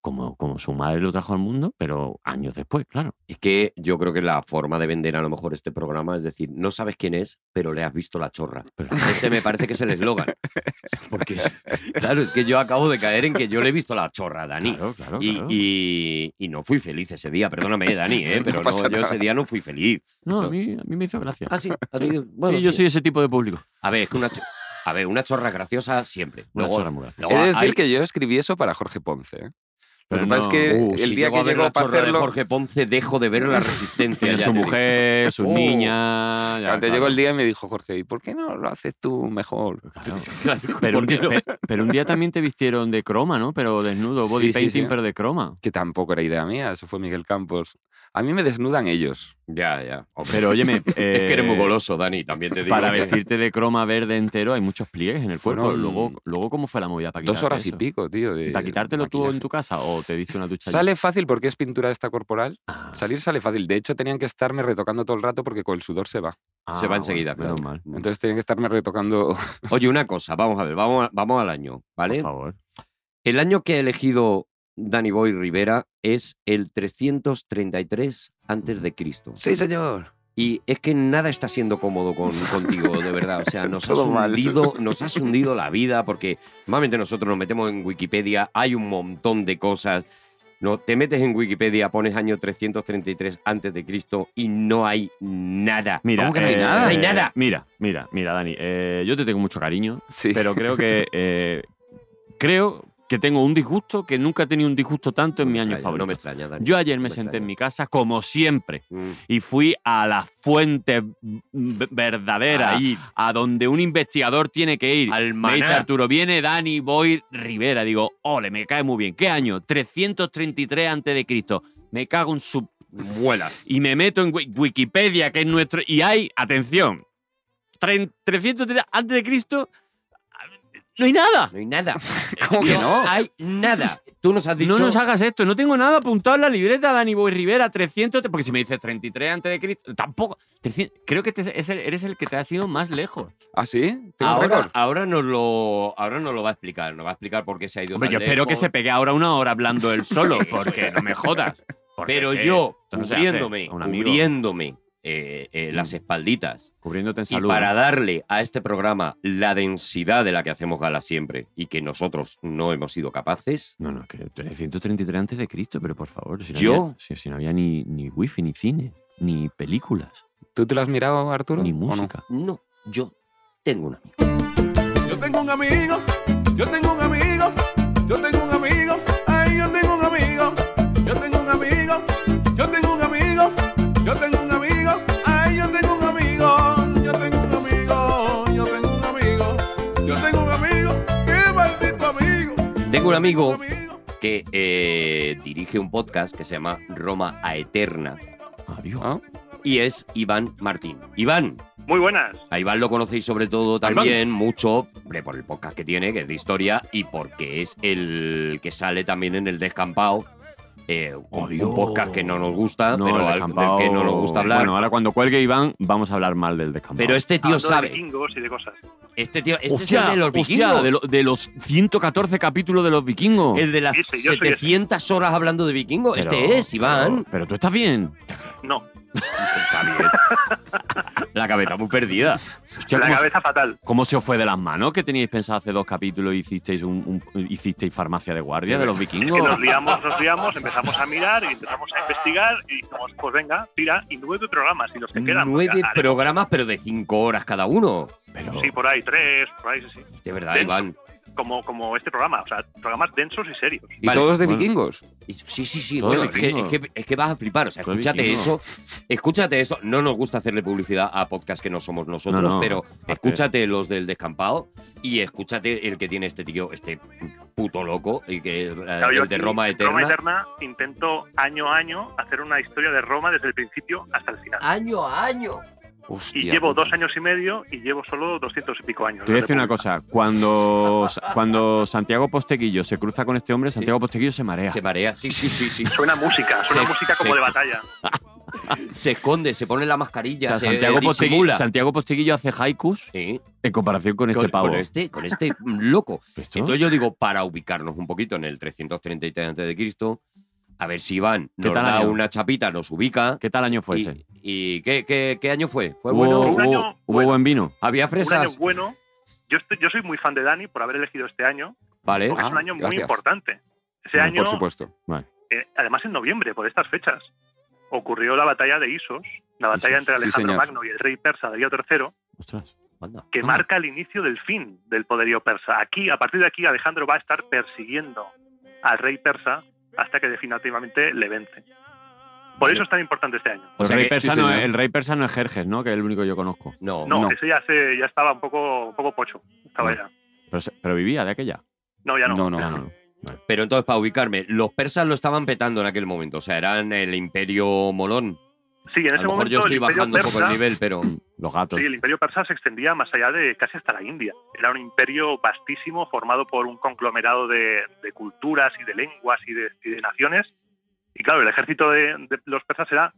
como, como su madre lo trajo al mundo, pero años después, claro.
Es que yo creo que la forma de vender a lo mejor este programa es decir, no sabes quién es, pero le has visto la chorra.
Pero-
Ese me parece que es el eslogan. Porque, (laughs) claro, es que yo acabo de caer en que yo le he visto la chorra a Dani.
Claro, claro,
Y,
claro.
y- y no fui feliz ese día, perdóname, Dani, ¿eh?
No
pero no,
pasa
yo ese
nada.
día no fui feliz.
no, a mí, a mí me hizo gracia.
Ah, sí, a ti- bueno,
sí, yo
sí.
soy ese tipo de público.
A ver, es que una, cho- a ver, una chorra graciosa siempre.
Una
Luego,
chorra muy graciosa.
He
luego
de decir
hay-
que yo escribí eso para Jorge Ponce. ¿eh? Lo
Pero
que pasa es
no-
que
Uh,
el
si
día
llego a
que
ver
llegó
la
para
chorra de
hacerlo...
Jorge Ponce, dejo de
(laughs)
ver la resistencia.
Tiene
ya te
su
digo. (laughs)
mujer, sus
Oh.
niñas. ya,
Cuando
claro.
llegó el día y me dijo Jorge, ¿y por qué no lo haces tú mejor?
Claro.
Claro,
Pero
(laughs)
un,
¿por qué
día,
no?
pe- pero un día también te vistieron de croma, ¿no? Pero desnudo, body
Sí, sí,
painting,
sí.
pero de croma.
Que tampoco era idea mía, eso fue Miguel Campos. A mí me desnudan ellos.
Ya, ya. hombre.
Pero óyeme,
(laughs) es que eres muy
eh,
goloso, Dani, también te digo. ¿eh?
Para
que-
vestirte de croma verde entero hay muchos pliegues en el cuerpo.
Fueron
Luego, luego ¿cómo fue la movida para
Dos
quitarte
horas y
eso?
pico, tío. de
¿Para quitártelo tú en
maquillaje.
tu casa o te diste una ducha? allí?
Sale fácil porque es pintura esta corporal.
Ah,
Salir sale fácil. De hecho, tenían que estarme retocando todo el rato porque con el sudor se va.
ah,
se va
bueno,
enseguida,
menos
claro.
mal.
Entonces tenían que estarme
(laughs)
retocando.
Oye, una cosa, vamos a ver, vamos, a- vamos al año,
Por
¿vale?
favor.
El año que ha elegido Danny Boy Rivera es el 333 antes de Cristo.
Sí, señor.
Y es que nada está siendo cómodo con, contigo, de verdad. O
(laughs)
sea, nos has,
Todo mal.
hundido, nos has hundido la vida porque normalmente nosotros nos metemos en Wikipedia, hay un montón de cosas. No, te metes en Wikipedia, pones año 333 antes de Cristo y no hay nada.
Mira,
¿Cómo que no hay
eh,
nada?
No hay nada.
Mira, mira, mira, Dani. eh, yo te tengo mucho cariño,
Sí.
pero creo que.
(laughs)
eh, creo que tengo un disgusto que nunca he tenido un disgusto tanto en
No
mi
me
año
extraña,
favorito.
No me extraña, Dani.
Yo ayer me
Me
senté en
extraña.
mi casa, como siempre,
Mm.
y fui a la fuente v- verdadera,
Ahí,
a donde un investigador tiene que ir.
al
Me dice
maná.
Arturo, viene Dani Boy Rivera. Digo, ole, me cae muy bien. ¿Qué año? 333 antes de Cristo. Me cago en su muela. Y me meto en Wi- Wikipedia, que es nuestro... Y hay, atención, 3- 333 antes de Cristo, no hay nada.
No hay nada.
¿Cómo que no?
hay nada. Tú nos has dicho.
No nos hagas esto, no tengo nada apuntado en la libreta, Dani Boy Rivera, 300, porque si me dices 33 antes de Cristo, tampoco. 300, creo que te- es el- eres el que te ha sido más lejos.
¿Ah, sí? ¿Tengo
Ahora,
récord?
ahora, nos lo, ahora nos lo va a explicar. Nos va a explicar por qué se ha ido
Hombre, yo
tan
espero que
lejos.
se pegue ahora una hora
(laughs)
hablando él solo, porque no me jodas. Porque
Pero
es que
yo,
esto no se hace
cubriéndome,
a un amigo. Mm.
cubriéndome eh, eh, las espalditas
cubriéndote en
y
salud.
para
¿eh?
darle a este programa la densidad de la que hacemos gala siempre y que nosotros no hemos sido capaces,
No, no, que 333 antes de Cristo, pero por favor, si no
¿Yo?
había, si, si no había ni, ni wifi, ni cine, ni películas,
¿Tú te lo has mirado, Arturo?
ni
¿O no?
música.
no, yo tengo un amigo.
Yo tengo un amigo, yo tengo un amigo, yo tengo un amigo, ay, yo tengo un amigo, yo tengo un amigo, yo tengo un amigo, yo tengo un amigo, ay, yo tengo un amigo, yo tengo un amigo, yo tengo un amigo, yo tengo un amigo, qué maldito amigo.
Tengo un amigo
amigo.
que eh, dirige un podcast que se llama Roma a Eterna
Adiós.
Ah,
y es Iván Martín. Iván,
Muy buenas.
A Iván lo conocéis sobre todo también mucho hombre, por el podcast que tiene, que es de historia, y porque es el que sale también en el descampado. eh, un-
Oh,
un,
Dios.
podcast que no nos gusta,
No,
Ah, pero
el
al- del
descampado-
que no nos gusta hablar.
Bueno, ahora cuando cuelgue Iván, vamos a hablar mal del descampado.
pero este tío
Hablando de
sabe.
vikingos y de cosas.
Este tío, este
Hostia,
es el de los
hostia,
vikingos.
de, lo- de los 114 capítulos de los vikingos.
El de las
Ese, yo soy ese.
700 horas hablando de vikingos.
Pero-
este es, Iván.
Pero, pero tú estás bien.
No,
Está bien. La cabeza muy perdida.
Hostia,
la
¿cómo,
cabeza fatal.
cómo se os fue de las manos? Que teníais pensado hace dos capítulos y hicisteis, un, un- hicisteis farmacia de guardia de los
Que
vikingos.
nos liamos, nos liamos, empezamos a mirar y empezamos a investigar y dijimos, pues venga, tira, y nueve programas y los que quedan. pues,
Nueve
ya, ¿eh? haremos.
programas, pero de cinco horas cada uno.
Pero,
Sí, por ahí, tres, por ahí, sí, sí.
De verdad,
Dentro.
Iván.
como, como este programa, o sea, programas densos y serios.
Y
Vale,
todos de
bueno.
vikingos.
Y- Sí, sí, sí.
Todo
no, es, que, es,
vikingo.
que, es que vas a flipar. O sea,
Todo
escúchate
vikingo.
eso. Escúchate esto. No nos gusta hacerle publicidad a podcasts que no somos nosotros,
No, no.
pero
Aparte.
escúchate los del descampado y escúchate el que tiene este tío, este puto loco, y que, eh,
Claro, yo
el de
aquí,
Roma Eterna.
Roma Eterna intento año a año hacer una historia de Roma desde el principio hasta el final.
Año a año.
Hostia.
y llevo
puta.
dos años y medio y llevo solo doscientos y pico años.
Te voy a
de
decir una
República.
cosa. Cuando, cuando Santiago Posteguillo se cruza con este hombre, Santiago Posteguillo se marea.
Se marea, sí, sí, sí, sí.
Suena música, suena
Se-
música como
se-
de batalla.
Se esconde, se pone la mascarilla,
O sea,
se
Santiago,
eh,
Posteguillo,
disimula.
Santiago Posteguillo hace haikus
Sí,
en comparación con,
con-
este pavo.
Con este, con este loco.
¿Esto?
Entonces yo digo, para ubicarnos un poquito en el 333 a.C., a ver si Iván
¿Qué
nos
tal
da
año?
una chapita, nos ubica.
¿Qué tal año fue
y,
ese? Uh,
y ¿qué, qué, qué año fue? ¿Fue
¿Hubo,
bueno?
Un año
hubo- hubo
bueno.
buen vino?
¿Había
Un año
fresas?
bueno. Yo, estoy- yo soy muy fan de Dani por haber elegido este año,
Vale.
porque
Ah,
es un año muy
gracias.
importante. Ese
Bueno,
año,
Por supuesto.
eh, además en noviembre, por estas fechas, ocurrió la batalla de Isos, la batalla
Isos,
entre
sí,
Alejandro
señor.
Magno y el rey persa Darío III,
Ostras.
Anda,
que
anda.
marca el inicio del fin del poderío persa. Aquí, a partir de aquí, Alejandro va a estar persiguiendo al rey persa hasta que definitivamente le vence. Por eso es tan importante este año.
O
El
sea
rey,
que-
persa
sí,
no,
señor.
el rey persa no es Jerjes, ¿no? Que es el único que yo conozco.
Oh, No,
No,
no.
ese ya se, ya estaba un poco, un poco pocho. Estaba
No.
ya.
Pero, se- pero vivía de aquella.
No, ya no.
No, no,
Ya
no.
no.
Pero entonces, para ubicarme, los persas lo estaban petando en aquel momento. O sea, eran el imperio molón.
Sí, en ese
A lo mejor
momento
yo
el
estoy
imperio
bajando un poco el
persa-
nivel, pero.
Los gatos.
Sí, el imperio persa se extendía más allá de casi hasta la India. Era un imperio vastísimo formado por un conglomerado de, de culturas y de lenguas y de, y de naciones. Y claro, el ejército de, de los persas era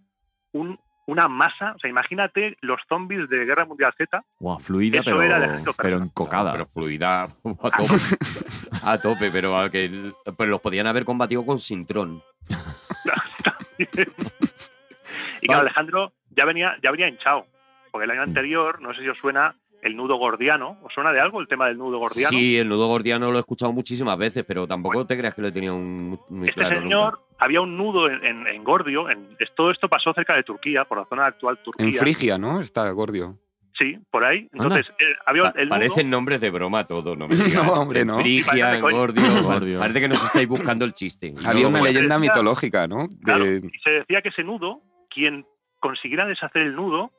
un- una masa. O sea, imagínate los zombies de Guerra Mundial Z.
Guau, fluida,
Eso
pero,
era el ejército persa.
pero encocada.
Pero fluida (laughs) a tope.
(laughs)
a tope, pero, a que, pero los podían haber combatido con Sintrón.
Y claro,
Vale. Mm.
Alejandro ya venía, ya venía hinchado. Porque el año anterior, no sé si os suena el nudo gordiano. ¿Os suena de algo el tema del nudo gordiano?
Sí, el nudo gordiano lo he escuchado muchísimas veces, pero tampoco te creas que lo he tenido un- muy
Este
claro.
señor
nunca.
había un nudo en, en- en Gordio. En, es- todo esto pasó cerca de Turquía, por la zona actual Turquía.
En Frigia, ¿no? Está Gordio.
Sí, por ahí.
Anda.
Entonces, eh, había
Pa-
el nudo.
parecen nombres de broma todo, ¿no? me
(laughs) No,
digas.
hombre, no.
Sí,
Frigia,
parece de
Gordio.
coña.
parece- Parece que nos estáis buscando el chiste.
Había
No,
una
bueno.
leyenda
decía-
mitológica, ¿no?
Claro,
De-
y se decía que ese nudo, quien consiguiera deshacer el nudo,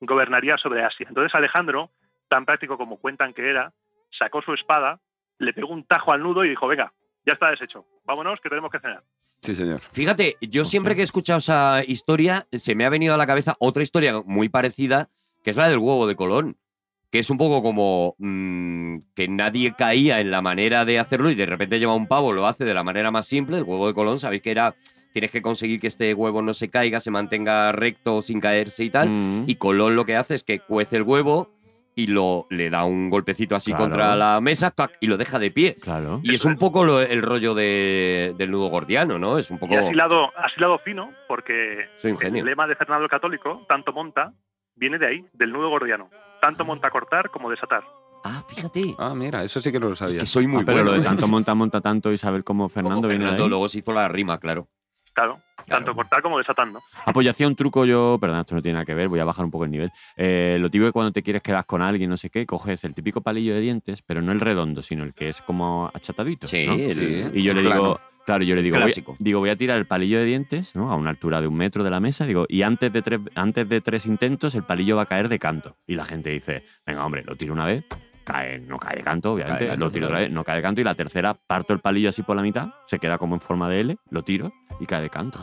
gobernaría sobre Asia. Entonces Alejandro, tan práctico como cuentan que era, sacó su espada, le pegó un tajo al nudo y dijo, venga, ya está deshecho, vámonos que tenemos que cenar.
Sí, señor.
Fíjate, yo
Hostia.
siempre que he escuchado esa historia, se me ha venido a la cabeza otra historia muy parecida, que es la del huevo de Colón, que es un poco como mm, que nadie caía en la manera de hacerlo y de repente lleva un pavo, lo hace de la manera más simple. El huevo de Colón, sabéis que era, tienes que conseguir que este huevo no se caiga, se mantenga recto sin caerse y tal.
Mm.
Y Colón lo que hace es que cuece el huevo y lo, le da un golpecito así
Claro.
contra la mesa ¡clac! y lo deja de pie.
Claro.
Y es un poco lo- el rollo de- del nudo gordiano, ¿no? Es un poco.
Y has hilado, has hilado fino porque
Soy
el
ingenio.
lema de Fernando el Católico, tanto monta, viene de ahí, del nudo gordiano. Tanto monta cortar como desatar.
Ah, fíjate.
Ah, mira, eso sí que no lo sabía.
es que soy muy
Ah, pero
bueno. pues-
lo de
(laughs)
tanto monta, monta tanto y saber cómo Fernando,
Como
viene de
Fernando
ahí.
luego se hizo la rima, claro.
Claro,
Claro.
tanto cortar como desatando.
Ah, pues yo hacía un truco yo, perdón, esto no tiene nada que ver, voy a bajar un poco el nivel. Eh, lo típico que cuando te quieres quedar con alguien, no sé qué, coges el típico palillo de dientes, pero no el redondo, sino el que es como achatadito.
Sí,
¿no?
el-
Sí.
Y yo le
Plano.
digo, claro, yo le digo, voy,
Clásico.
digo, voy a tirar el palillo de dientes, ¿no? A una altura de un metro de la mesa, digo, y antes de tres, antes de tres intentos, el palillo va a caer de canto. Y la gente dice, venga, hombre, lo tiro una vez, cae, no cae de canto,
Cae
obviamente,
de canto,
lo tiro otra
claro.
vez, no cae de canto, y la tercera parto el palillo así por la mitad, se queda como en forma de L, lo tiro y cae de canto.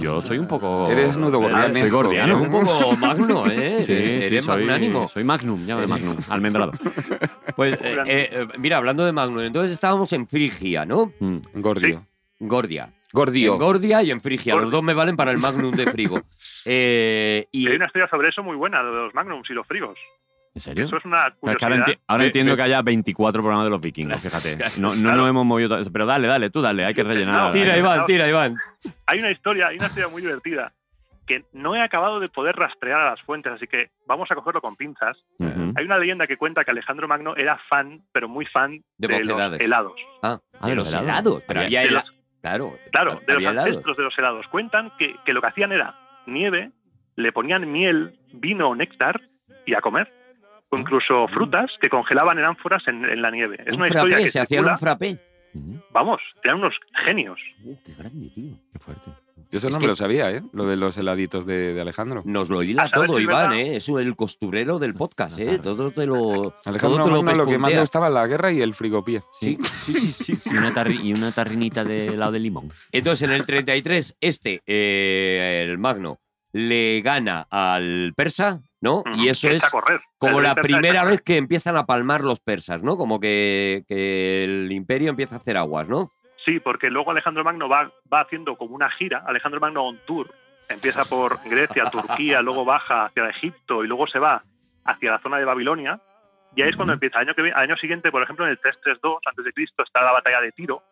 Yo soy un poco.
Ah, Eres nudo gordiano.
Soy gordiano.
Eres un poco magno, ¿eh?
Sí,
eres
sí, soy,
magnánimo.
Soy Magnum, llámame Magnum. (laughs) Almendrado.
Pues, eh, eh, eh, mira, hablando de magno, entonces estábamos en Frigia, ¿no?
Mm.
Gordio.
Gordia. En
Gordio.
Gordia y en Frigia. Los
Gordia.
dos me valen para el magnum de
(laughs)
frigo. Eh, y
Y hay una historia sobre eso muy buena, de los magnums y los frigos.
¿En serio?
Eso es una
Ah,
Es
curiosidad.
que ahora, enti- ahora
Ve-
entiendo
ve-
que haya 24 programas de los vikingos,
(laughs)
fíjate. No, no nos hemos movido. tanto. Pero dale, dale, tú dale, hay que rellenar.
tira, Iván, tira, Iván.
Hay una historia, hay una historia muy divertida que no he acabado de poder rastrear a las fuentes, así que vamos a cogerlo con pinzas.
Ujú.
Hay una leyenda que cuenta que Alejandro Magno era fan, pero muy fan
De
de,
mocedades.
los helados.
Ah,
Ah,
de los helados. Pero había
Había-
de
helados. Claro,
Claro, de los
había helados.
ancestros de los helados. Cuentan que, que lo que hacían era nieve, le ponían miel, vino o néctar y a comer. o incluso frutas que congelaban en ánforas en, en la nieve. Es
Mm. un
una historia
frappé,
que
se hacían un
circula.
frappé.
Vamos, eran unos genios.
Uh, qué grande, tío. Qué fuerte.
Yo eso
Es
no
que-
me lo sabía, ¿eh? Lo de los heladitos de, de Alejandro.
Nos lo hila
A saber
todo,
si es
Iván,
verdad.
¿eh? Es el costurero del podcast, ¿eh?
Claro.
Todo te lo.
Alejandro
todo te lo
Magno lo que más le
pescuntea.
gustaba la guerra y el frigopié.
Sí, sí, sí. sí, Y, una tarri- y una tarrinita de helado de limón.
Entonces, en el 33, este, eh, el Magno, le gana al persa, ¿no? Y eso
Echa
es
a correr.
como
El
la
persa echa
primera
a
vez que empiezan a palmar los persas, ¿no? Como que, que el imperio empieza a hacer aguas, ¿no?
Sí, porque luego Alejandro Magno va, va haciendo como una gira, Alejandro Magno on tour. Empieza por
(laughs)
Grecia, Turquía, luego baja hacia Egipto y luego se va hacia la zona de Babilonia. Y ahí es cuando empieza. Año, que, vi- año siguiente, por ejemplo, en el 332 antes de Cristo está la batalla de Tiro.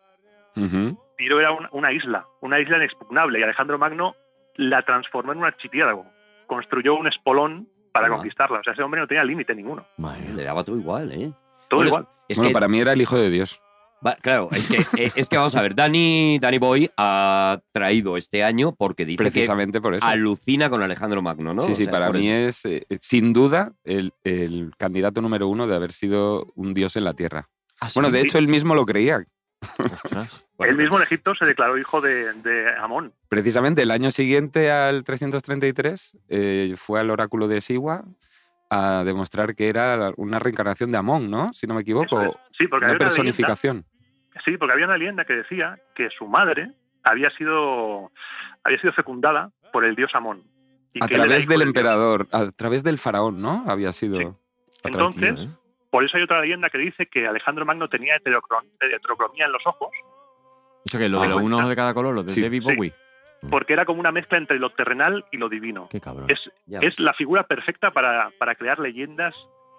Ujú.
Tiro era un- una isla, una isla inexpugnable y Alejandro Magno la transformó en un archipiélago. Construyó un espolón para
Ah.
conquistarla. O sea, ese hombre no tenía límite ninguno.
Madre mía.
Le daba todo igual, ¿eh?
Todo
Bueno,
igual.
Es
bueno,
que,
para mí era el hijo de Dios.
va- claro, es que, (laughs) eh, es que vamos a ver, Dani, Dani Boy ha traído este año porque dice que
Precisamente por eso.
alucina con Alejandro Magno, ¿no?
sí,
O
sí,
sea,
para
por
mí
eso.
es, eh, eh, sin duda, el, el candidato número uno de haber sido un dios en la tierra.
Ah, sí,
Bueno, de
Sí.
hecho, él mismo lo creía.
ostras.
Él mismo
pues
en Egipto se declaró hijo de, de Amón.
Precisamente el año siguiente al 333 eh, fue al oráculo de Siwa a demostrar que era una reencarnación de Amón, ¿no? Si no me equivoco.
Eso es. Sí,
Una
porque había una leyenda-
personificación.
Sí, porque había una leyenda que decía que su madre había sido, había sido fecundada por el dios Amón. Y
A
que él era
través
hijo
del
dios.
emperador, a través del faraón, ¿no? Había sido.
Sí.
A través-
Entonces,
Tío, ¿eh?
por eso hay otra leyenda que dice que Alejandro Magno tenía heterocron- heterocromía en los ojos,
Eso que lo de
Ah,
los
bueno.
unos de cada color, los de
Sí,
David
sí.
Bowie.
porque era como una mezcla entre lo terrenal y lo divino.
Qué
Ah,
cabrón.
Es,
Ya
es
ves.
la figura perfecta para, para crear leyendas,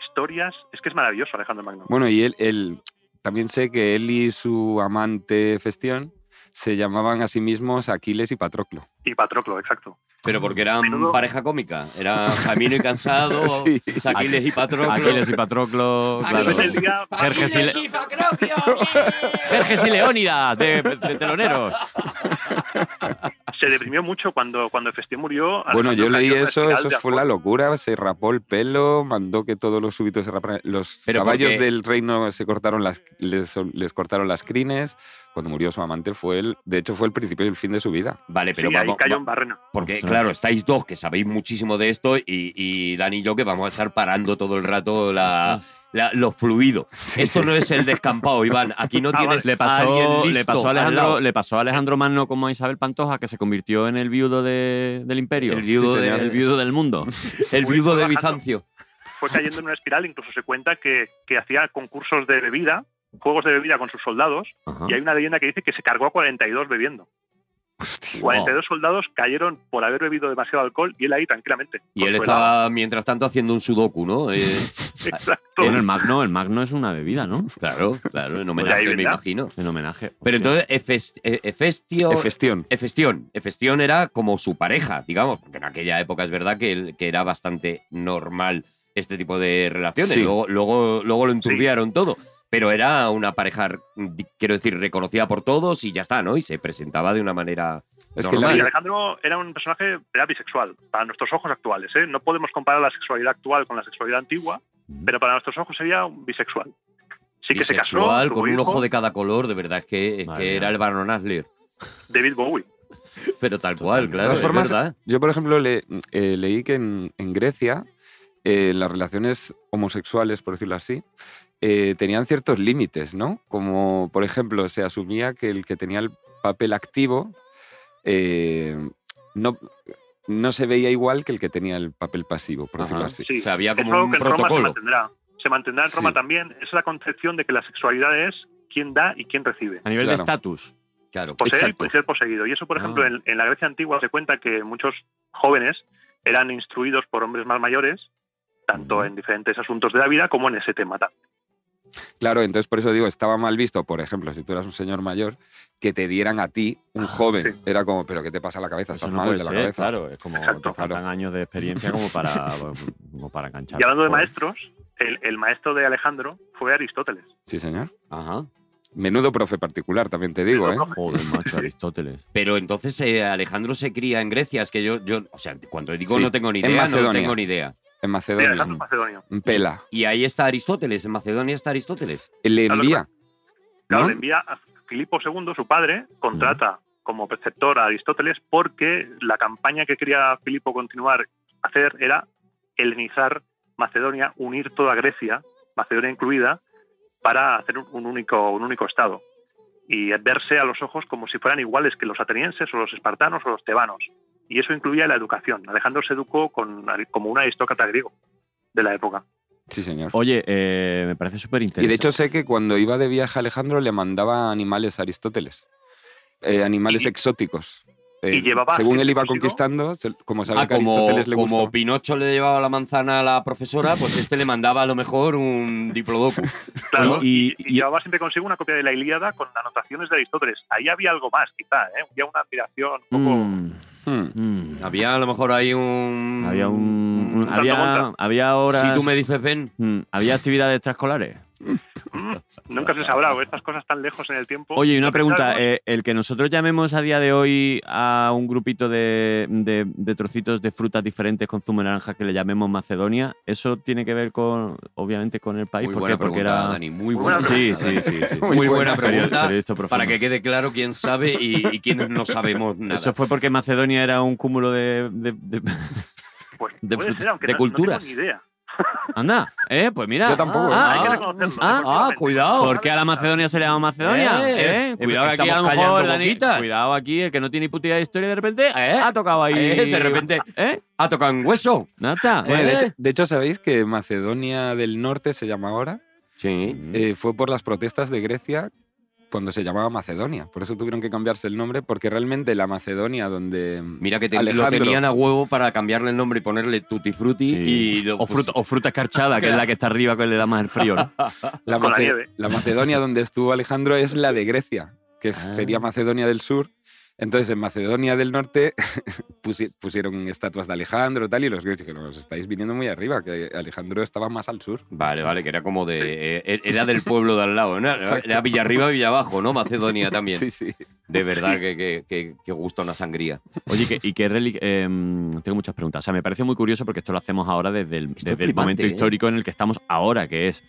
historias. Es que es maravilloso Alejandro Magno.
Bueno, y él, él- también sé que él y su amante Festión se llamaban a sí mismos Aquiles y Patroclo.
Y Patroclo, exacto.
Pero porque eran
Menudo-
pareja cómica. Era Camino y Cansado,
(laughs) Sí.
Aquiles y Patroclo.
Aquiles y Patroclo, claro.
Después del
(laughs)
día-
Jerjes y, Le-
(laughs)
Jerjes y Leónidas, de, de teloneros.
se deprimió mucho cuando, cuando Festión murió.
bueno,
Alejandro
yo leí
cayó en la
eso,
espiral
eso
de
fue
Amón.
la locura, se rapó el pelo, mandó que todos los súbitos se raparan. Los
Pero
caballos
porque-
del reino se cortaron las, les, les cortaron las crines. Cuando murió su amante fue el, de hecho fue el principio y el fin de su vida.
Vale, pero
Sí, ahí
vamos.
cayó
va-
en Barrena.
Porque,
Ostras.
claro, estáis dos que sabéis muchísimo de esto y, y Dani y yo que vamos a estar parando todo el rato la, la- los fluidos. Esto
(laughs)
no es el descampado, Iván. Aquí no
Ah,
tienes.
Le
a alguien
pasó,
listo
le, pasó a
al lado.
Alejandro, le pasó a Alejandro Magno como a Isabel Pantoja, que se convirtió en el viudo de- del imperio.
El viudo
Sí,
de-
señor. El viudo del mundo.
El
Uy,
viudo de
trabajando.
Bizancio.
fue cayendo en una espiral, incluso se cuenta que, que hacía concursos de bebida, juegos de bebida con sus soldados,
Ajá.
Ah.
y hay una leyenda que dice que se cargó a 42 bebiendo.
Wow.
42 soldados cayeron por haber bebido demasiado alcohol y él ahí tranquilamente.
Oh,
Pues
Y él
consuelado.
estaba, mientras tanto, haciendo un sudoku, ¿no?
(laughs)
Eh,
Exacto.
Bueno, el Magno, el Magno es una bebida, ¿no?
claro, claro, en homenaje,
Pues ahí
me
vendrá.
imagino.
En homenaje.
Pero
Hostia.
entonces, Efes- eh, Efestio.
Festión.
Efestión. Efestión era como su pareja, digamos, porque en aquella época es verdad que, el- que era bastante normal este tipo de relaciones.
Sí.
Luego, luego, luego lo enturbiaron todo. Pero era una pareja, di- quiero decir, reconocida por todos y ya está, ¿no? Y se presentaba de una manera.
Es que la-
Y
normal.
Alejandro era un personaje era bisexual, para nuestros ojos actuales. ¿eh? No podemos comparar la sexualidad actual con la sexualidad antigua, pero para nuestros ojos sería un bisexual. Sí que
bisexual,
se casó, tuvo
con un
hijo,
ojo de cada color, de verdad, es que, es
Madre
que
mía.
era el Baron Asler.
David Bowie.
Pero tal cual, claro.
todas
es
formas,
verdad.
Yo, por ejemplo, le- eh, leí que en, en Grecia eh, las relaciones homosexuales, por decirlo así, eh, tenían ciertos límites, ¿no? Como, por ejemplo, se asumía que el que tenía el papel activo eh, no, no se veía igual que el que tenía el papel pasivo, por decirlo
Ajá.
así.
Sí.
O sea, había
Es
como
algo
un
que en Roma se
protocolo.
mantendrá. Se mantendrá en Roma
Sí.
también. Esa es la concepción de que la sexualidad es quién da y quién recibe.
a nivel de
claro.
estatus.
Claro.
Poseer
Exacto.
y ser poseído. Y eso, por
Ah.
ejemplo, en, en la Grecia antigua se cuenta que muchos jóvenes eran instruidos por hombres más mayores, tanto en diferentes asuntos de la vida como en ese tema. tal.
Claro, entonces por eso digo, estaba mal visto, por ejemplo, si tú eras un señor mayor, que te dieran a ti, un joven.
sí.
Era como, pero ¿qué te pasa la cabeza?
Ah, Eso
Estás
no
Pues mal
puede
de la
ser,
cabeza.
claro. Es como
Exacto,
te faltan
claro.
años de experiencia como para, como para enganchar.
Y hablando de
Joder.
maestros, el, el maestro de Alejandro fue Aristóteles.
Sí, señor.
Ajá.
Menudo profe particular, también te digo, ¿eh?
Joder, macho, Aristóteles.
Pero entonces eh, Alejandro se cría en Grecia, es que yo, yo o sea, cuando digo
Sí,
no tengo ni
en
idea, no
Macedonia.
tengo ni idea.
en
Mira,
Macedonia.
el lazo macedonio.
Pela.
Y ahí está Aristóteles, en Macedonia está Aristóteles.
Le
Claro,
envía.
Claro,
¿no?
le envía a Filipo II, su padre, contrata como preceptor a Aristóteles porque la campaña que quería Filipo continuar hacer era helenizar Macedonia, unir toda Grecia, Macedonia incluida, para hacer un- un único, un único estado y verse a los ojos como si fueran iguales que los atenienses o los espartanos o los tebanos. Y eso incluía la educación. Alejandro se educó con, como un aristócrata griego de la época.
Sí, señor.
Oh,
Oye, eh, me parece súper interesante.
Y de hecho sé que cuando iba de viaje Alejandro le mandaba animales a Aristóteles, Eh, animales
Y-
exóticos. Eh,
y llevaba
según él iba
consigo-
conquistando, se- como sabía
Ah,
que a
como,
Aristóteles le
como
gustó.
Pinocho le llevaba la manzana a la profesora, pues este le mandaba a lo mejor un diplodocus.
Claro,
Y- y-
y, y llevaba siempre consigo una copia de la Ilíada con anotaciones de Aristóteles. Ahí había algo más, quizá, ¿eh? Había una admiración un poco...
Mm,
Hmm.
mm.
Había a lo mejor ahí un...
Había un, un-
Tanto
había,
monta.
había horas.
Si tú me dices ven,
Mm, había actividades extraescolares.
(laughs) Mm, nunca se sabrá, o estas cosas tan lejos en el tiempo...
Oye, y una
Lo que
pregunta.
sabemos-
eh, el que nosotros llamemos a día de hoy a un grupito de, de- de trocitos de frutas diferentes con zumo de naranja que le llamemos Macedonia, ¿eso tiene que ver con, obviamente, con el país?
muy
¿Por
buena
qué? Porque
pregunta,
era.
Dani, muy
Muy
buena.
buena
Sí,
pregunta,
sí,
Dani.
sí, sí, sí.
(laughs) Muy buena
Peri-
pregunta,
periodista profundo.
Para que quede claro quién sabe y, y quiénes no
(laughs)
sabemos nada.
Eso fue porque Macedonia era un cúmulo de. de- de- (laughs)
Pues
de
puede
fruta-
ser, aunque
de
no-
culturas.
No tengo ni idea.
Anda, ¿eh? Pues mira.
Yo tampoco,
Ah,
Hay que
ah,
reconocerlo,
ah,
deportivamente.
cuidado.
¿Por qué a la Macedonia se le llama Macedonia?
Eh,
¿Eh? Cuidado que aquí a
estamos
lo mejor,
callando
Dani,
boquitas.
cuidado aquí, el que no tiene ni puta idea de historia de repente
Eh,
ha tocado ahí.
(laughs) eh, de repente.
¿Eh?
¿Ha tocado en Ah, hueso?
Nata.
Bueno, de,
¿Eh?
hecho, de hecho, ¿sabéis que Macedonia del Norte se llama ahora?
Sí.
Eh, fue por las protestas de Grecia cuando se llamaba Macedonia. Por eso tuvieron que cambiarse el nombre, porque realmente la Macedonia donde...
Mira que te, lo
Alejandro.
tenían a huevo para cambiarle el nombre y ponerle Tutti Frutti y... lo-
o, fruta, o fruta escarchada, que es la que está arriba, que le da más el frío. ¿no?
La,
Con la
Mace-
nieve.
la Macedonia donde estuvo Alejandro es la de Grecia, que es-
Ah.
sería Macedonia del Sur. Entonces, en Macedonia del Norte (laughs) pusi- pusieron estatuas de Alejandro tal, y los griegos dijeron, os estáis viniendo muy arriba, que Alejandro estaba más al sur.
Vale, vale, que era como de... eh, Era del pueblo de al lado, ¿no?
Exacto.
Era Villa Arriba, Villa Abajo, ¿no? Macedonia
(laughs)
también.
Sí, sí.
De verdad que, que, que, que gusta una sangría.
Oye, que, y que relig- eh, mm, tengo muchas preguntas. O sea, me parece muy curioso porque esto lo hacemos ahora desde el,
es
desde el
flipante,
momento
¿eh?
histórico en el que estamos ahora, que es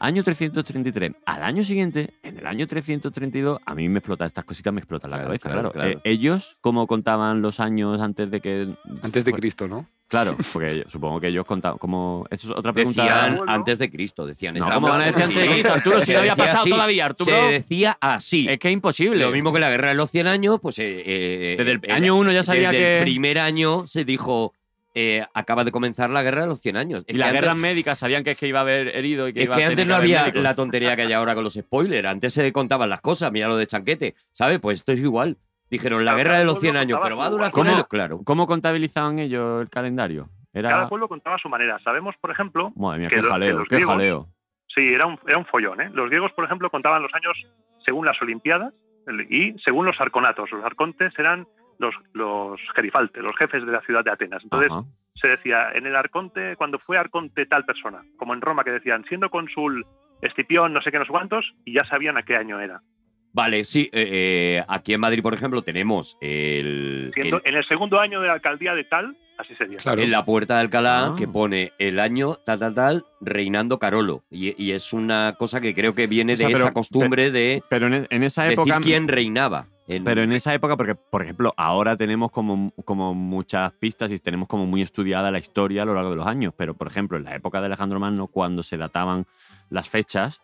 año 333. Al año siguiente, en el año 332, a mí me explota estas cositas, me explotan la
Claro,
cabeza, claro.
claro,
Eh,
claro.
ellos, ¿cómo contaban los años antes de que.
Antes de Cristo, ¿no?
(laughs)
Claro, porque ellos- supongo que ellos contaban. Como, eso es otra pregunta.
Decían
Bueno.
antes de Cristo, decían.
no,
estábamos
¿cómo van a decir
así.
antes de Cristo, Arturo? Si
Se
no había
decía
pasado
así,
todavía, Arturo.
Se decía así.
Es que es imposible.
Lo mismo que la guerra de los 100 años, pues. eh, eh,
Desde el
eh,
año uno ya sabía
desde el
que-
primer año se dijo. eh, acaba de comenzar la guerra de los 100 años. Es
Y las
que antes-
guerras médicas sabían que es que iba a haber herido y que
es
iba
que
a tener
antes no
haber
había
médicos.
la tontería que hay ahora con los spoilers. Antes se contaban las cosas, mira lo de Chanquete. ¿Sabes? Pues esto es igual. Dijeron la
Claro,
guerra
cada
de los
pueblo
100 años,
contaba
pero va a
su-
durar 100
¿Cómo?
años, claro.
¿Cómo contabilizaban ellos el calendario? Era.
Cada pueblo contaba a su manera. Sabemos, por ejemplo,
Madre mía, qué
que los- que
jaleo,
los
qué
griegos-
jaleo.
Sí, era un, era un follón. ¿eh? Los griegos, por ejemplo, contaban los años según las Olimpiadas el- y según los arconatos. Los arcontes eran los, los gerifaltes, los jefes de la ciudad de Atenas. Entonces
Ajá.
se decía, en el arconte, cuando fue arconte tal persona, como en Roma que decían, siendo cónsul Escipión, no sé qué, no sé cuántos, y ya sabían a qué año era.
Vale, sí. eh, eh, aquí en Madrid, por ejemplo, tenemos el- el
Siendo en el segundo año de la alcaldía de tal, así sería.
Claro.
en la puerta de Alcalá
Ah.
que pone el año tal, tal, tal, reinando Carolo. Y, y es una cosa que creo que viene
O sea,
de
pero-
esa costumbre de
Pero en, en esa
decir
época.
quién reinaba. en-
Pero en esa época, porque, por ejemplo, ahora tenemos como, como muchas pistas y tenemos como muy estudiada la historia a lo largo de los años. Pero, por ejemplo, en la época de Alejandro Magno, cuando se databan las fechas,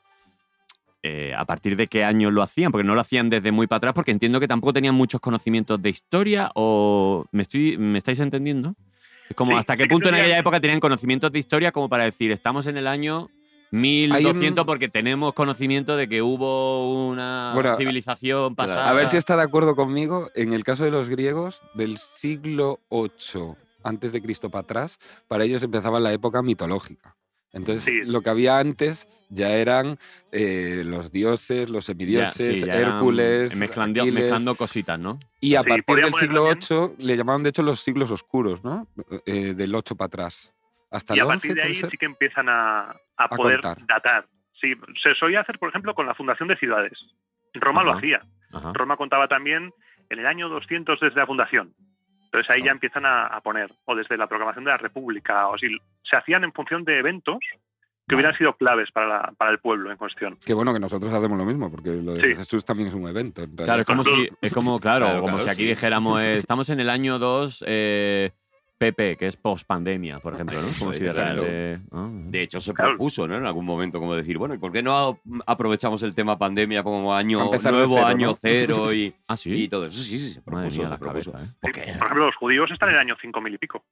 eh, ¿a partir de qué año lo hacían? Porque no lo hacían desde muy para atrás, porque entiendo que tampoco tenían muchos conocimientos de historia o... ¿Me, estoy, me estáis entendiendo? Es como
Sí,
hasta qué
sí que
punto en
tenían-
aquella época tenían conocimientos de historia como para decir, estamos en el año...
Hay
1200
un-
porque tenemos conocimiento de que hubo una
Bueno,
civilización pasada.
A ver si está de acuerdo conmigo. En el caso de los griegos, del siglo VIII antes de Cristo para atrás, para ellos empezaba la época mitológica. Entonces,
Sí.
lo que había antes ya eran eh, los dioses, los
Ya,
semidioses,
sí, ya eran
Hércules,
mezclando,
Aquiles,
mezclando cositas, ¿no?
y a
Sí,
partir del
podríamos
siglo
poner
VIII le llamaban, de hecho, los siglos oscuros, ¿no? Eh, del 8 para atrás. Hasta
Y a
el
partir
11,
de ahí
puede ser.
sí que empiezan a, a poder
contar.
datar. Sí, se solía hacer, por ejemplo, con la fundación de ciudades. Roma lo
Ajá.
hacía.
Ajá.
Roma contaba también en el año 200 desde la fundación. Entonces ahí ya empiezan a, a poner, o desde la programación de la República, o así, se hacían en función de eventos que hubieran sido claves para, la- para el pueblo en cuestión.
Qué bueno que nosotros hacemos lo mismo, porque lo de
Sí.
Jesús también es un evento. en
Claro,
realidad.
es como si,
(laughs)
es como, claro,
Claro,
como
claro,
si aquí
sí.
dijéramos, eh, estamos en el año 2 eh, PP, que es post pandemia, por ejemplo, ¿no? Como si de
Exacto.
repente- ah,
De hecho, se
Claro.
propuso, ¿no? En algún momento, como decir, bueno, ¿y por qué no aprovechamos el tema pandemia como año
A empezar de
nuevo,
cero,
año
(laughs)
¿no?
cero y,
ah,
y
sí.
todo eso? Sí, sí, se
Madre
propuso.
mía,
se
la
propuso.
cabeza, ¿eh?
Porque,
Por ejemplo, los judíos están en el año 5000 y pico,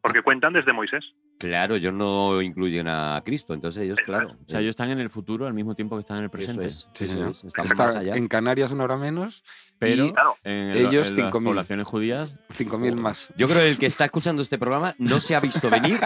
porque cuentan desde Moisés.
claro, ellos no incluyen a Cristo, entonces ellos, claro.
O sea, ellos están en el futuro al mismo tiempo que están en el presente.
Eso es,
Sí,
eso
señor.
es, están
Está
más allá.
en Canarias una hora menos,
Pero
Y,
claro,
en, el-
ellos
en las
5.000.
poblaciones judías,
5.000 más.
Yo creo que el que está escuchando este programa no se ha visto venir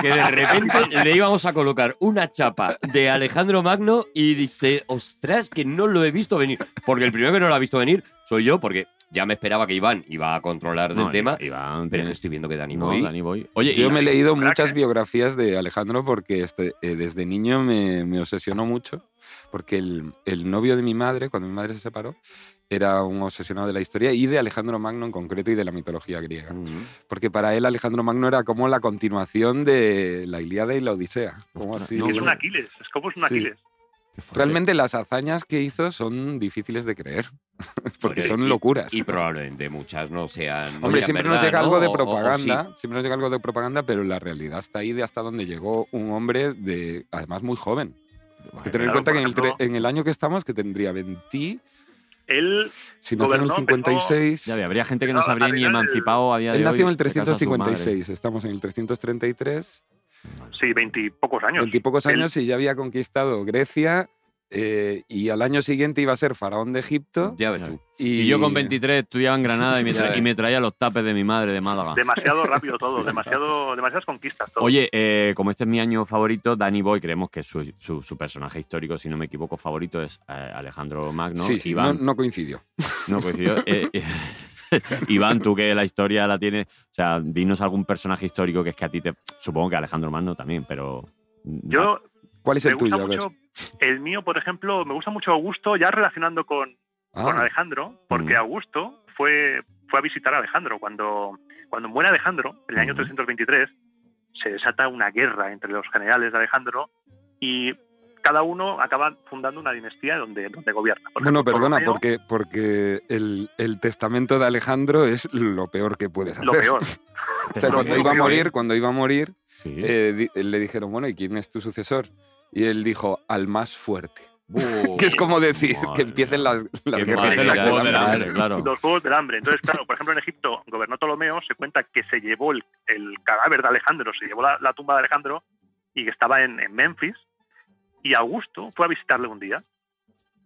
que de repente le íbamos a colocar una chapa de Alejandro Magno y dice, ostras, que no lo he visto venir. Porque el primero que no lo ha visto venir soy yo, porque ya me esperaba que Iván iba a controlar del
no,
tema,
eh,
Iván,
pero es
tiene-
que estoy viendo que Dani
no,
Boy-
Dani Boy. Oye,
Yo
y-
me he leído
crack,
muchas
¿eh?
biografías de Alejandro porque este, eh, desde niño me, me obsesionó mucho, porque el, el novio de mi madre, cuando mi madre se separó, era un obsesionado de la historia y de Alejandro Magno en concreto y de la mitología griega.
Mm.
Porque para él Alejandro Magno era como la continuación de la Ilíada y la Odisea. Como
Ostras,
así.
no,
es un
hombre.
Aquiles, es como es un
Sí.
Aquiles.
qué fuerte.
Realmente las hazañas que hizo son difíciles de creer, (laughs) porque
Oye,
son locuras.
Y probablemente muchas no sean... no
Hombre,
sean
siempre nos
verdad,
llega
¿no?
algo de
O- o- o sí.
propaganda, siempre nos llega algo de propaganda, pero la realidad está ahí de hasta donde llegó un hombre de, además muy joven. Hay que tener en
claro,
cuenta que en
por
el, tre-
ejemplo-
en el año que estamos, que tendría 20,
Él,
si nació en el
Gobernó,
56,
Ya ve, habría gente que no
No,
se habría ni
al final-
emancipado a día de
él
hoy,
nació en el
si acaso a su madre.
356, estamos en el 333,
sí, veintipocos años.
veintipocos
Él-
años y ya había conquistado Grecia eh, y al año siguiente iba a ser faraón de Egipto.
Ya ves tú.
Y yo con 23 estudiaba en Granada y me,
Ya
tra-
ves.
y me traía los tapes de mi madre de Málaga.
Demasiado rápido todo,
Sí, sí.
demasiado, demasiadas conquistas. Todo.
Oye, eh, como este es mi año favorito, Danny Boy, creemos que su, su- su personaje histórico, si no me equivoco, favorito es eh, Alejandro Magno.
sí, sí, no,
Iván,
no coincidió.
no coincidió. Eh, eh, (laughs) Iván, tú que la historia la tienes, o sea, dinos algún personaje histórico que es que a ti te... Supongo que Alejandro Magno también, pero...
Yo
¿Cuál es
me
el
gusta
tuyo? A ver.
mucho, el mío, por ejemplo, me gusta mucho Augusto, ya relacionando con, con
Ah,
Alejandro, porque
Mm.
Augusto fue, fue a visitar a Alejandro. Cuando, cuando muere Alejandro, en el año
Mm.
323, se desata una guerra entre los generales de Alejandro y cada uno acaba fundando una dinastía donde, donde gobierna. Por
Bueno,
ejemplo,
perdona,
Ptolomeo,
porque, porque el, el testamento de Alejandro es lo peor que puedes (laughs) hacer.
Lo peor.
o sea,
lo
cuando
peor,
iba a
lo peor.
morir, cuando iba a morir,
Ah, Sí.
eh, di- le dijeron, bueno, ¿y quién es tu sucesor? Y él dijo, al más fuerte.
Uh,
(laughs)
Buh.
que es como decir
madre
que empiecen
mía.
las, las
Que
guerras del
empiecen los
hambre.
juegos del
hambre, claro.
Los Juegos del Hambre. Entonces, claro, por ejemplo, en Egipto gobernó Ptolomeo, se cuenta que se llevó el, el cadáver de Alejandro, se llevó la, la tumba de Alejandro y que estaba en, en Memphis. Y Augusto fue a visitarle un día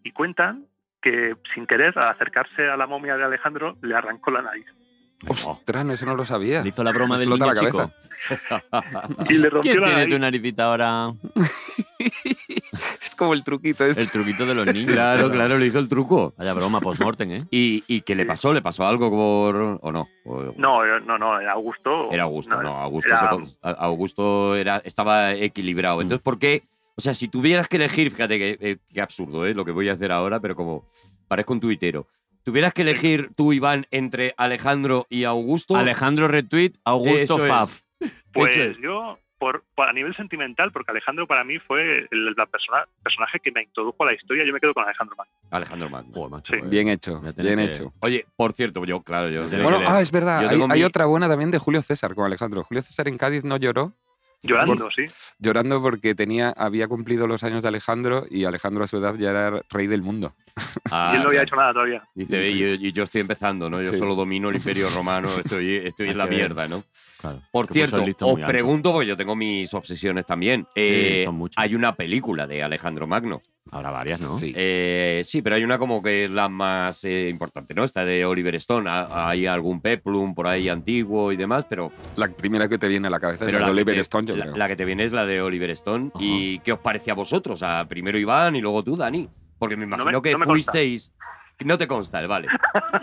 y cuentan que sin querer, al acercarse a la momia de Alejandro, le arrancó la nariz
Ostras, no, eso no lo sabía.
Le hizo la broma
Me
del niño
explota la
chico. (laughs)
Ah.
y le rompió
¿Quién
la
tiene tu
nariz.
naricita ahora?
Es como el truquito este.
El truquito de los niños.
Claro, claro, le hizo el truco.
Vaya broma, post-mortem, ¿eh?
¿Y, y qué le
Sí.
pasó? ¿Le pasó algo por, o no? O-
No, eh, no, no, era Augusto.
Era Augusto, no, Augusto,
era- Mm.
se con- a- Augusto era, estaba equilibrado. Entonces, ¿por qué? O sea, si tuvieras que elegir, fíjate que, eh, qué absurdo es lo que voy a hacer ahora, pero como parezco un tuitero. Tuvieras que elegir tú, Iván, entre Alejandro y Augusto.
Alejandro Retweet, Augusto
Eso es.
Faf.
Pues
Eso es.
yo, por, por- a nivel sentimental, porque Alejandro para mí fue el, la persona, personaje que me introdujo a la historia, yo me quedo con Alejandro Magno.
Alejandro Magno.
Joder, macho,
Sí.
pues.
Bien hecho,
Voy a tener
bien
que-
hecho.
Oye, por cierto, yo, claro, yo.
Tiene
Bueno,
que leer.
ah, es verdad.
Yo
Hay,
tengo
hay
mi-
otra buena también de Julio César con Alejandro. Julio César en Cádiz no lloró
Llorando, sí.
llorando porque tenía, había cumplido los años de Alejandro y Alejandro a su edad ya era rey del mundo.
Ah,
y él no había
claro.
hecho nada todavía.
Dice, "Ve, y yo, y yo estoy empezando, ¿no? Yo
Sí.
solo domino el
(laughs)
imperio romano, estoy, estoy
Hay
en la
que ver.
mierda, ¿no?
Claro.
Por
Que puso
cierto,
el listón
os
muy alto.
pregunto, porque yo tengo mis obsesiones también. Eh,
son muchas.
hay una película de Alejandro Magno.
Habrá varias, ¿no?
Sí.
Eh, sí, pero hay una como que es la más eh, importante, ¿no? Esta de Oliver Stone. Ha- Hay algún peplum por ahí antiguo y demás, pero,
La primera que te viene a la cabeza
pero
es la de
que
Oliver
te-
Stone, yo
la-
creo.
la que te viene es la de Oliver Stone.
Ajá.
¿Y qué os parece a vosotros? A primero Iván y luego tú, Dani. Porque me
me-
imagino que
no me consta.
fuisteis. No te consta, el vale.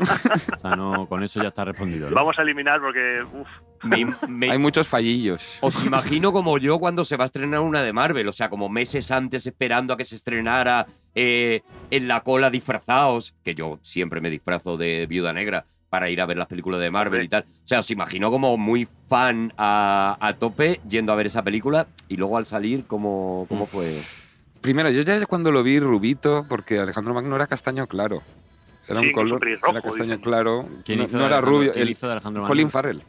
O sea, no, con eso ya está respondido. ¿no?
Vamos a eliminar porque, uff,
Me-
(laughs)
me-
Hay muchos fallillos.
Oh.
Os imagino como yo cuando se va a estrenar una de Marvel, o sea, como meses antes esperando a que se estrenara eh, en la cola disfrazados, que yo siempre me disfrazo de viuda negra para ir a ver las películas de Marvel
Hombre.
y tal. O sea, os imagino como muy fan a, a tope yendo a ver esa película y luego al salir, ¿cómo, cómo fue?
Primero, yo ya cuando lo vi rubito, porque Alejandro Magno era castaño claro. Era
Sí,
un
incluso
color,
pelirrojo,
era castaño
dicen.
claro.
¿Quién
no,
hizo
no
de
era
Alejandro-
rubio.
¿Quién
el-
hizo de Alejandro
Colin
Mann?
Farrell.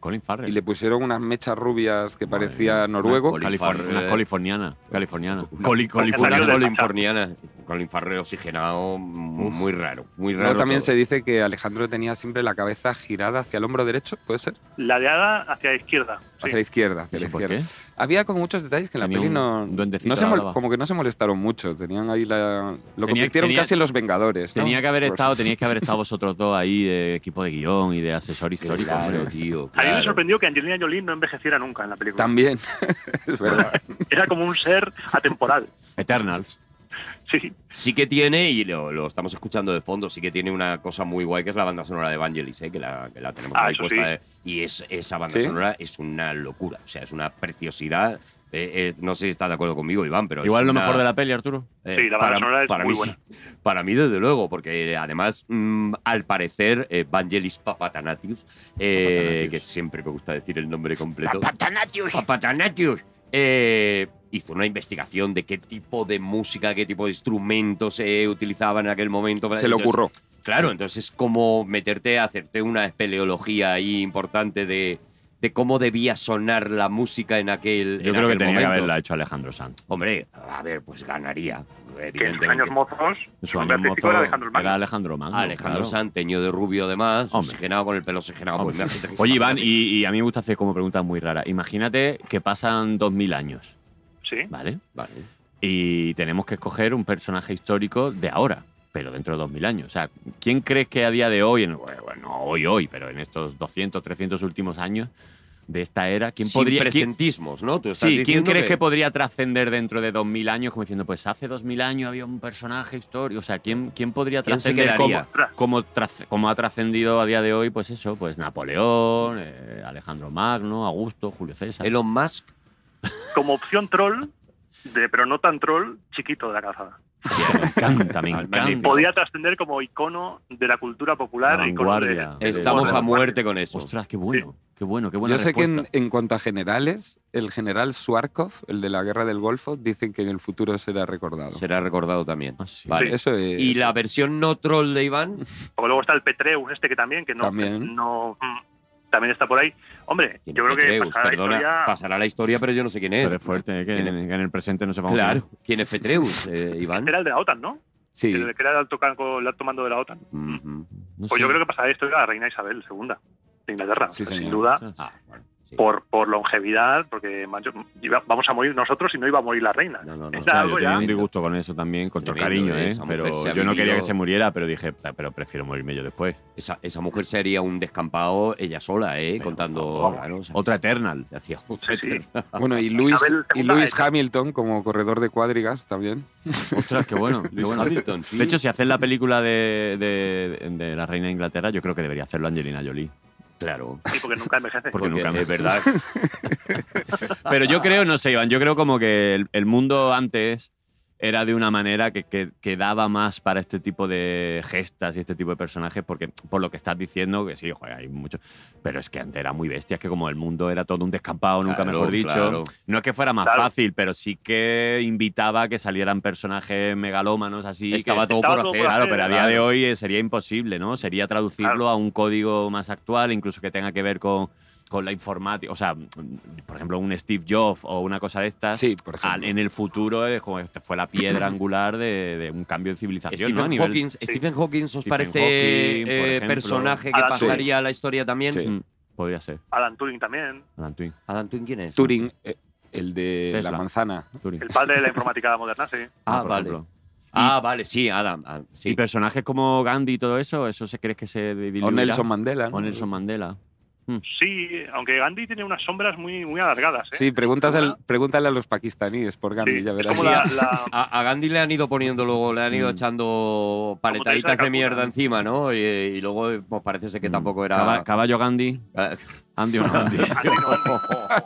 Colin Farrell.
Y le pusieron unas mechas rubias que
Madre
parecía
mía,
noruego.
Una, Colin Farrell, una californiana. Californiana. Coli-
Salió
californiana.
del
Colin
pasado.
Farniana, Colin Farrell oxigenado, mm, muy raro, muy raro.
Luego también
todo.
se dice que Alejandro tenía siempre la cabeza girada hacia el hombro derecho, ¿puede ser?
Ladeada hacia la izquierda. sí.
Hacia la izquierda, hacia
¿Y
la
eso por
izquierda.
qué?
Había como muchos detalles que en la
Tenía
peli
un
no,
duendecito
no se
de
mol-
lava.
como que no se molestaron mucho. Tenían ahí la. Lo
Tenía-
convirtieron
tenía-
casi en los Vengadores. ¿no?
Tenía que haber
Pues-
estado, teníais que haber estado vosotros dos ahí de equipo de guión y de asesor histórico.
Claro,
hombre.
tío.
A mí me
claro.
sorprendió que Angelina Jolie no envejeciera nunca en la película.
(laughs) También. es verdad.
Era como un ser atemporal.
Eternals.
Sí,
Sí que tiene, y lo, lo estamos escuchando de fondo, sí que tiene una cosa muy guay que es la banda sonora de Evangelis, ¿eh? que, la, que la tenemos
Ah,
ahí
eso
puesta.
sí.
¿eh? Y es, esa banda
¿Sí?
sonora es una locura, o sea, es una preciosidad. Eh, eh, no sé si estás de acuerdo conmigo, Iván, pero. es
Igual lo
una-
mejor de la peli, Arturo.
eh,
Sí, la banda sonora es muy
mí
buena.
sí. Para mí, desde luego, porque eh, además, mm, al parecer, eh, Vangelis Papatanatius, eh,
Papatanatius.
que siempre me gusta decir el nombre completo. Papatanatius. Papatanatius. eh, hizo una investigación de qué tipo de música, qué tipo de instrumentos se utilizaban en aquel momento.
se le
Entonces,
ocurrió.
Claro, entonces es como meterte, hacerte una espeleología ahí importante de, de cómo debía sonar la música en aquel
Yo
en
creo que
aquel
tenía que
momento.
haberla hecho Alejandro Sanz.
Hombre, a ver, pues ganaría.
que en sus años
Evidentemente.
mozos,
En su
nombre
año
artístico
mozo
era Alejandro Magno.
era Alejandro Magno,
Alejandro
claro.
Sanz, teñido de rubio además,
Hombre.
oxigenado con el pelo oxigenado. pues
Hombre.
imagínate que-
Oye, Iván, y, y a mí me gusta hacer como preguntas muy raras. Imagínate que pasan 2000 años,
Sí.
¿vale?
Vale.
Y tenemos que escoger un personaje histórico de ahora, pero dentro de 2000 años. O sea, ¿quién crees que a día de hoy, en- bueno, no hoy, hoy, pero en estos 200, 300 últimos años de esta era, quién
Sin
podría... quién-
presentismos, ¿no? Tú estás
Sí, ¿quién
diciendo
crees que... podría trascender dentro de 2000 años? Como diciendo, pues hace 2000 años había un personaje histórico. O sea, ¿quién, quién podría
¿Quién se
trascender como,
quedaría?
como, tras- como ha trascendido a día de hoy? Pues eso, pues Napoleón, eh, Alejandro Magno, Augusto, Julio César.
Elon Musk?
Como opción troll, de, pero no tan troll, chiquito de la calzada.
Hostia, me encanta, me
Al
encanta.
magnífico.
Podía trascender como icono de la cultura popular.
La
icono de-
vanguardia.
del
Estamos
humor,
a
de la
muerte con eso.
Ostras, qué bueno, qué bueno, qué buena
Yo sé que en,
respuesta.
en cuanto a generales, el general Suarkov, el de la guerra del Golfo, dicen que en el futuro será recordado.
Será recordado también.
Ah, sí.
Vale.
Eso es.
Y la versión no troll de Iván,
Porque luego está el Petreus este que también, que no,
También.
no mm, también está por ahí. Hombre, yo creo que
Petreus,
pasará la
perdona,
historia-
pasará la historia, pero yo no sé quién es.
Pero es fuerte, eh, que,
¿Quién
en, que en el presente no sepamos.
Claro, ¿quién es Petreus, eh, Iván?
(laughs)
era el de la OTAN, ¿no?
Sí.
El que era el alto, cargo- el alto mando de la OTAN.
Ujú.
quién. No
Pues
sé.
yo creo que pasará la historia de la reina Isabel II de Inglaterra.
Sí,
O sea, sin
señor.
duda,
Ah, bueno, sí.
por, por longevidad, porque macho, iba- vamos a morir nosotros y no iba a morir la reina.
No, no, no.
Está
Hostia,
algo
yo
ya.
tenía un disgusto con eso también, con todo
Tremendo,
cariño,
¿eh?
¿eh?
Esa mujer se
Pero
ha
yo no quería que
vivido-
se muriera, pero dije, "Ta, pero prefiero morirme yo después.
Esa, esa mujer sería un descampado ella sola, ¿eh?
Pero, por
Contando.
favor.
Claro, o sea,
Otra Eternal.
se hacía
Sí, sí.
Bueno, y Luis,
Isabel
y
II
Lewis
es-
Hamilton como corredor de cuadrigas también.
(laughs) Ostras, qué bueno. qué
Lewis
bueno.
Hamilton, sí.
De hecho, si haces la película de, de- de la Reina de Inglaterra, yo creo que debería hacerlo Angelina Jolie.
Claro.
Sí, porque nunca envejece.
Porque nunca me-
es verdad.
Pero yo creo, no sé, Iván, yo creo como que el, el mundo antes era de una manera que, que, que daba más para este tipo de gestas y este tipo de personajes, porque por lo que estás diciendo, que sí, joder, hay mucho, pero es que antes era muy bestia, es que como el mundo era todo un descampado, (laughs) nunca
Claro,
mejor dicho,
claro.
no es que fuera más
Claro.
fácil, pero sí que invitaba a que salieran personajes megalómanos así. que-
Estaba todo
Estaba
por
todo
hacer.
por
Claro,
hacer,
pero a día
claro.
de hoy eh, sería imposible, ¿no? Sería traducirlo
Claro.
a un código más actual, incluso que tenga que ver con, con la informática. O sea, mm, por ejemplo, un Steve Jobs o una cosa de estas.
Sí, por
al-
ejemplo.
en el futuro es como, este fue
(clears throat)
la piedra angular de, de un cambio de civilización,
Stephen,
¿no? A nivel-
Hawking, Stephen Hawking, ¿os
Stephen
parece
Hawking, por
eh,
ejemplo.
personaje que
Alan
Turing.
pasaría a la historia también?
Sí.
Mm, podría ser.
Alan Turing también,
Alan Turing.
¿Alan Turing quién es?
Turing, eh, el de
Tesla.
la manzana.
Turing.
el padre de la informática moderna, sí.
Ah,
¿no? Por
vale.
ejemplo.
Ah, vale, sí, Adam. ah, sí.
Y personajes como Gandhi y todo eso, ¿eso se crees que se diluirá?
O Nelson Mandela. ¿no?
O Nelson Mandela.
Sí, aunque Gandhi tiene unas sombras muy, muy alargadas. ¿eh?
Sí, preguntas al- pregúntale a los pakistaníes por Gandhi,
Sí,
ya
es
verás.
como
Sí,
la-
a-
(laughs)
la-
A, a Gandhi le han ido poniendo luego, le han ido
Mm.
echando
Teresa de
paletaditas de
Calcuta.
mierda encima, ¿no? Y, y luego eh, pues parece
Mm.
ser que tampoco era.
Caba- Caballo Gandhi.
(laughs) Ah,
Andy o no Gandhi.
Gandhi no,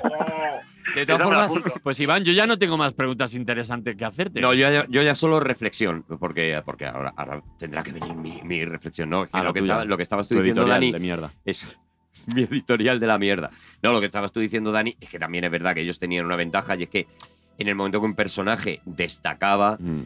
Gandhi.
De
Esa me la
todas formas,
apunto.
pues Iván, yo ya no tengo más preguntas interesantes que hacerte.
No, yo ya, yo ya solo reflexión, porque, porque ahora, ahora tendrá que venir mi, mi reflexión, ¿no? Es que
Ah, la
lo, que
tuya.
estaba- lo que estabas
Tu
tú diciendo,
editorial
Dani,
de mierda.
es (laughs) mi editorial de la mierda. No, lo que estabas tú diciendo, Dani, es que también es verdad que ellos tenían una ventaja y es que en el momento que un personaje destacaba,
Mm.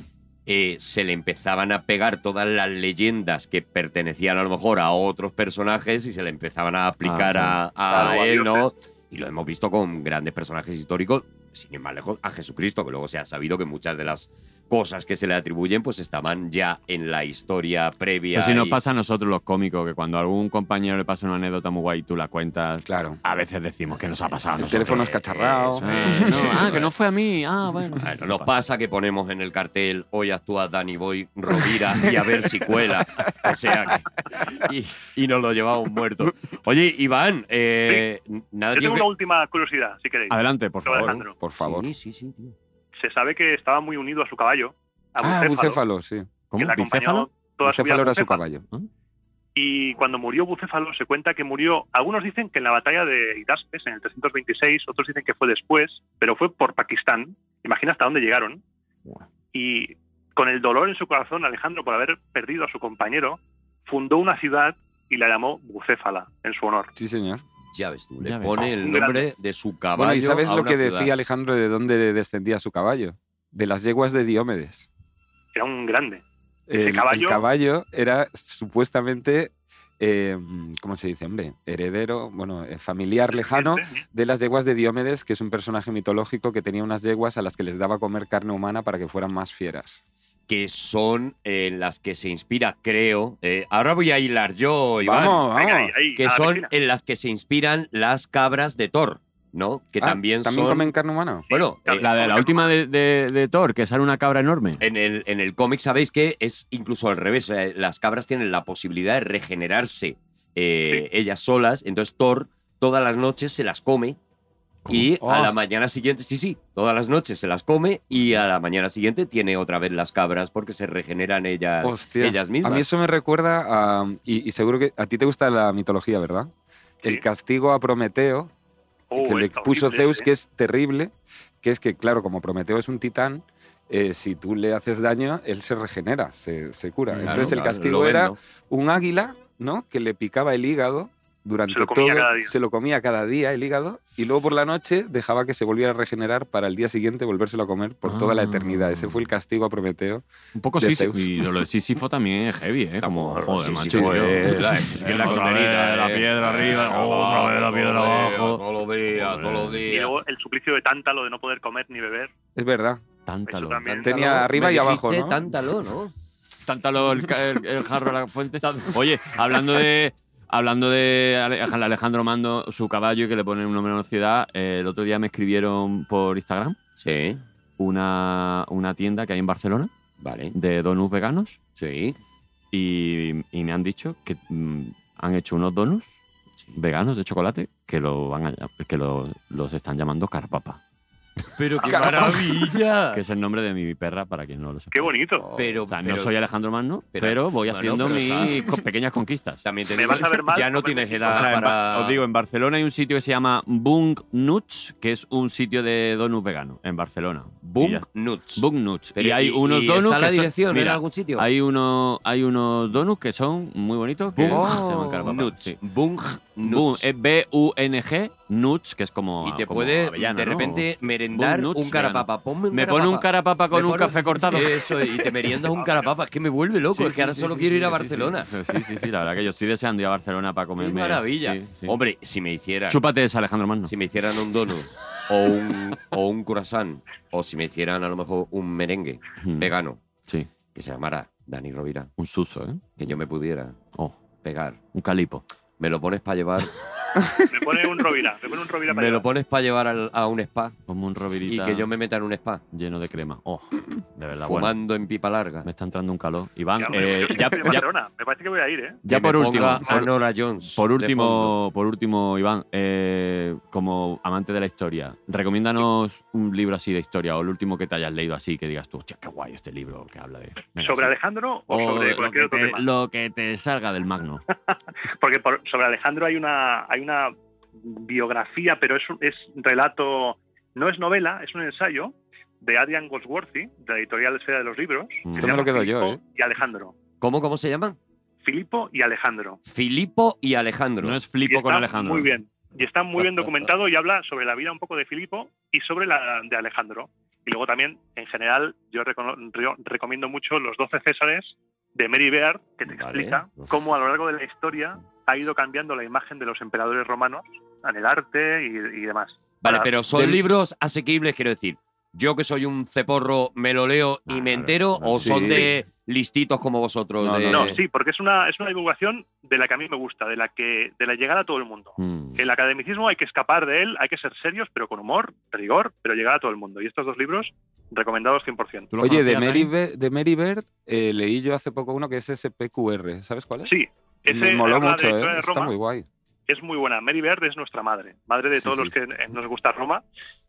eh, se le empezaban a pegar todas las leyendas que pertenecían a lo mejor a otros personajes y se le empezaban a aplicar
Ah,
a, a
Claro, a
él, ¿no? Y lo hemos visto con grandes personajes históricos, sin ir más lejos, a Jesucristo, que luego se ha sabido que muchas de las cosas que se le atribuyen pues estaban ya en la historia previa.
Pues si nos
y-
pasa a nosotros los cómicos, que cuando a algún compañero le pasa una anécdota muy guay y tú la cuentas,
Claro.
a veces decimos que nos ha pasado. a
El
nosotros.
teléfono es cacharrao.
Eso es,
Eso
no, ah,
es.
que no fue a mí.
(laughs)
Ah, bueno.
Bueno, nos pasa que ponemos en el cartel hoy actúa Danny Boy Rovira y a ver si cuela. O sea que. Y, y nos lo llevamos muerto. Oye, Iván, eh, nada,
Yo
tío.
tengo
que-
una última curiosidad, si queréis.
Adelante, por
Lo
favor.
Alejandro.
Por favor.
Sí, sí, sí, tío.
Se sabe que estaba muy unido a su caballo, a
Ah,
Bucéfalo,
bucéfalo, sí.
¿Cómo?
que le acompañó
¿Bicéfalo?
toda su vida
Bucéfalo era su
Bucéfalo.
caballo.
Y cuando murió Bucéfalo se cuenta que murió, algunos dicen que en la batalla de Hidaspes en el 326, otros dicen que fue después, pero fue por Pakistán. Imagina hasta dónde llegaron.
Buah.
Y con el dolor en su corazón, Alejandro, por haber perdido a su compañero, fundó una ciudad y la llamó Bucéfala en su honor.
Sí, señor.
Ya ves tú, le
Ya ves.
pone el
Un
nombre de su caballo.
Bueno, ¿y sabes
a
lo
una
que
ciudad.
decía Alejandro de dónde descendía su caballo? De las yeguas de Diómedes.
Era un grande. Ese
El, el
caballo-
caballo era supuestamente, eh, ¿cómo se dice, hombre? Heredero, bueno, eh, familiar lejano
¿eh?
de las yeguas de Diómedes, que es un personaje mitológico que tenía unas yeguas a las que les daba a comer carne humana para que fueran más fieras.
Que son eh, en las que se inspira, creo. eh, ahora voy a hilar yo, Iván.
vamos, vamos.
Venga, ahí, ahí, a
Que
la
son
piscina.
eh,
en las que se inspiran las cabras de Thor, ¿no? Que
Ah,
también,
¿También
son.
comen carne humana?
Bueno,
Sí,
eh,
La de la última de, de- de Thor, que sale una cabra enorme.
En el, en el cómic sabéis que es incluso al revés. eh, Las cabras tienen la posibilidad de regenerarse eh, ellas solas. Entonces Thor todas las noches se las come y
¿Cómo?
a
Ah.
la mañana siguiente, sí, sí, todas las noches se las come y a la mañana siguiente tiene otra vez las cabras porque se regeneran ellas,
Hostia.
ellas mismas.
A mí eso me recuerda a. Y, y seguro que a ti te gusta la mitología, ¿verdad? El
Sí.
castigo a Prometeo,
Oh,
que le
está
puso
horrible,
Zeus,
¿eh?
que es terrible, que es que, claro, como Prometeo es un titán, eh, si tú le haces daño, él se regenera, se, se cura.
Claro,
Entonces el
claro,
castigo
lo ven,
era
¿no?
un águila, ¿no? Que le picaba el hígado durante
Se lo comía
todo,
cada día.
se lo comía cada día el hígado y luego por la noche dejaba que se volviera a regenerar para el día siguiente volvérselo a comer por toda la
Ah.
eternidad. Ese fue el castigo a Prometeo.
Un poco
de
sí,
Zeus.
y lo de Sísifo también es heavy, ¿eh? Como,
Tampoco,
joder, macho.
Sísifo
yo-
es la-
Es que
es
la
la
otra vez
condenita,
la
eh.
piedra arriba, otra vez la piedra
Todos los días,
abajo.
Todos los días, todos los
Y
días.
luego el suplicio de Tántalo de no poder comer ni beber.
Es verdad.
Tántalo.
Eso también.
Tenía
Tántalo,
arriba
me
y abajo,
dijiste
¿no?
Tántalo, ¿no?
Tántalo el, ca- el- el jarro a la fuente. Oye, hablando de. Hablando de Ale- Alejandro Mando, su caballo y que le ponen un nombre a una ciudad, eh, el otro día me escribieron por Instagram
Sí,
una, una tienda que hay en Barcelona
vale,
de donuts veganos
sí.
y, y me han dicho que mm, han hecho unos donuts veganos de chocolate que, lo van a llam- que lo- los están llamando carpapa,
Pero qué
Caramba.
maravilla.
(laughs) que es el nombre de mi perra para quien no lo sepa.
Qué bonito.
Pero,
O sea,
pero-
no soy Alejandro Mando, pero,
pero-
voy
bueno,
haciendo
pero
mis
está- (laughs)
co- pequeñas conquistas.
También te
Me
digo,
vas a ver mal,
ya no
no me
tienes
ves
edad
O sea, en
para...
Ba- Os digo, en Barcelona hay un sitio que se llama Bung Nuts, que es un sitio de donuts vegano en Barcelona. Y
Boom
ya-
Nuts.
Bung Nuts.
Pero
y hay unos
y
donuts
¿Está la
que son-
dirección en
mira,
algún sitio?
hay, uno, hay unos donuts que son muy bonitos que
Bung
se llaman carapapa,
Nuts.
sí.
Bung
Bung-
Oh. Nuts.
es B-U-N-G, Nuts, que es como
Y te
como
puede
avellana,
de
¿no?
repente merendar
Nuts,
un carapapa. Ponme un
Me
carapapa.
pone un carapapa con
Me
un
pone-
café
(laughs)
cortado.
Eso, y te meriendas
(laughs)
un carapapa. Es que me vuelve loco,
Sí,
es que
sí,
ahora
sí,
solo
sí,
quiero
sí,
ir a
sí,
Barcelona.
Sí, sí, sí, sí, la verdad que yo estoy deseando ir a Barcelona para
Qué
comerme.
maravilla.
sí, sí.
Hombre, si me hicieran...
Chúpate esa, Alejandro Magno.
si me hicieran un
(laughs)
donut o un, o un croissant o si me hicieran a lo mejor un merengue
Mm,
vegano
Sí,
que se llamara Dani Rovira,
un suso, ¿eh?
que yo me pudiera
Oh,
pegar.
un calipo.
Me lo pones para
(laughs)
llevar,
Me pone un Rovira, me pone un Rovira para
me lo
llevar.
pones para llevar al- a un spa
Como un
y
rovirita
que yo me meta en un spa
lleno de crema. Oh, de verdad, bueno.
fumando en pipa larga.
Me está entrando un calor. Iván,
Ya,
eh,
(laughs)
hombre, yo
ya,
soy de
ya-
Barcelona, me parece que voy a ir, ¿eh?
ya
Que
por
me
último,
ponga a
por,
Nora Jones.
por
de fondo.
último, por último, Iván, eh, como amante de la historia, recomiéndanos un libro así de historia o el último que te hayas leído así que digas tú, hostia, qué guay este libro que habla de. Venga,
¿Sobre
sí.
Alejandro o,
O
sobre
lo,
cualquier
que
otro
te,
tema?
lo que te salga del magno.
Porque por- sobre Alejandro hay una, hay una biografía, pero es, un- es relato No es novela, es un ensayo de Adrian Goldsworthy, de la editorial Esfera de los Libros.
Esto
Se
me lo
llama
quedo yo,
Filipo Y Alejandro.
¿Cómo, cómo se llaman?
Filipo y Alejandro.
Filipo y Alejandro.
No es
Y
flipo con
está
Alejandro.
Muy bien. Y está muy bien documentado y habla sobre la vida un poco de Filipo y sobre la de Alejandro. Y luego también, en general, yo recono- re- recomiendo mucho Los 12 Césares de Mary Beard, que te
Vale.
explica cómo a lo largo de la historia ha ido cambiando la imagen de los emperadores romanos en el arte y, y demás.
Vale,
Para-
pero son
del-
libros asequibles, quiero decir. Yo que soy un ceporro, me lo leo y
Ah,
me
claro,
entero,
claro.
o
Sí.
son de listitos como vosotros.
No,
Eh.
de-
No, sí, porque es una, es una divulgación de la que a mí me gusta, de la que de la llegada a todo el mundo.
Mm.
El academicismo hay que escapar de él, hay que ser serios, pero con humor, rigor, pero llegar a todo el mundo. Y estos dos libros, recomendados 100%.
¿Tú lo
Oye, de
conocías,
Mary,
Dani?
Be- de Mary Bird eh, leí yo hace poco uno que es SPQR. ¿Sabes cuál es?
Sí, ese
Me moló
habla de
mucho,
la historia
eh,
de
está
Roma,
muy guay.
es muy buena. Mary Beard es nuestra madre, madre de
Sí,
todos
sí.
los que eh, nos gusta Roma.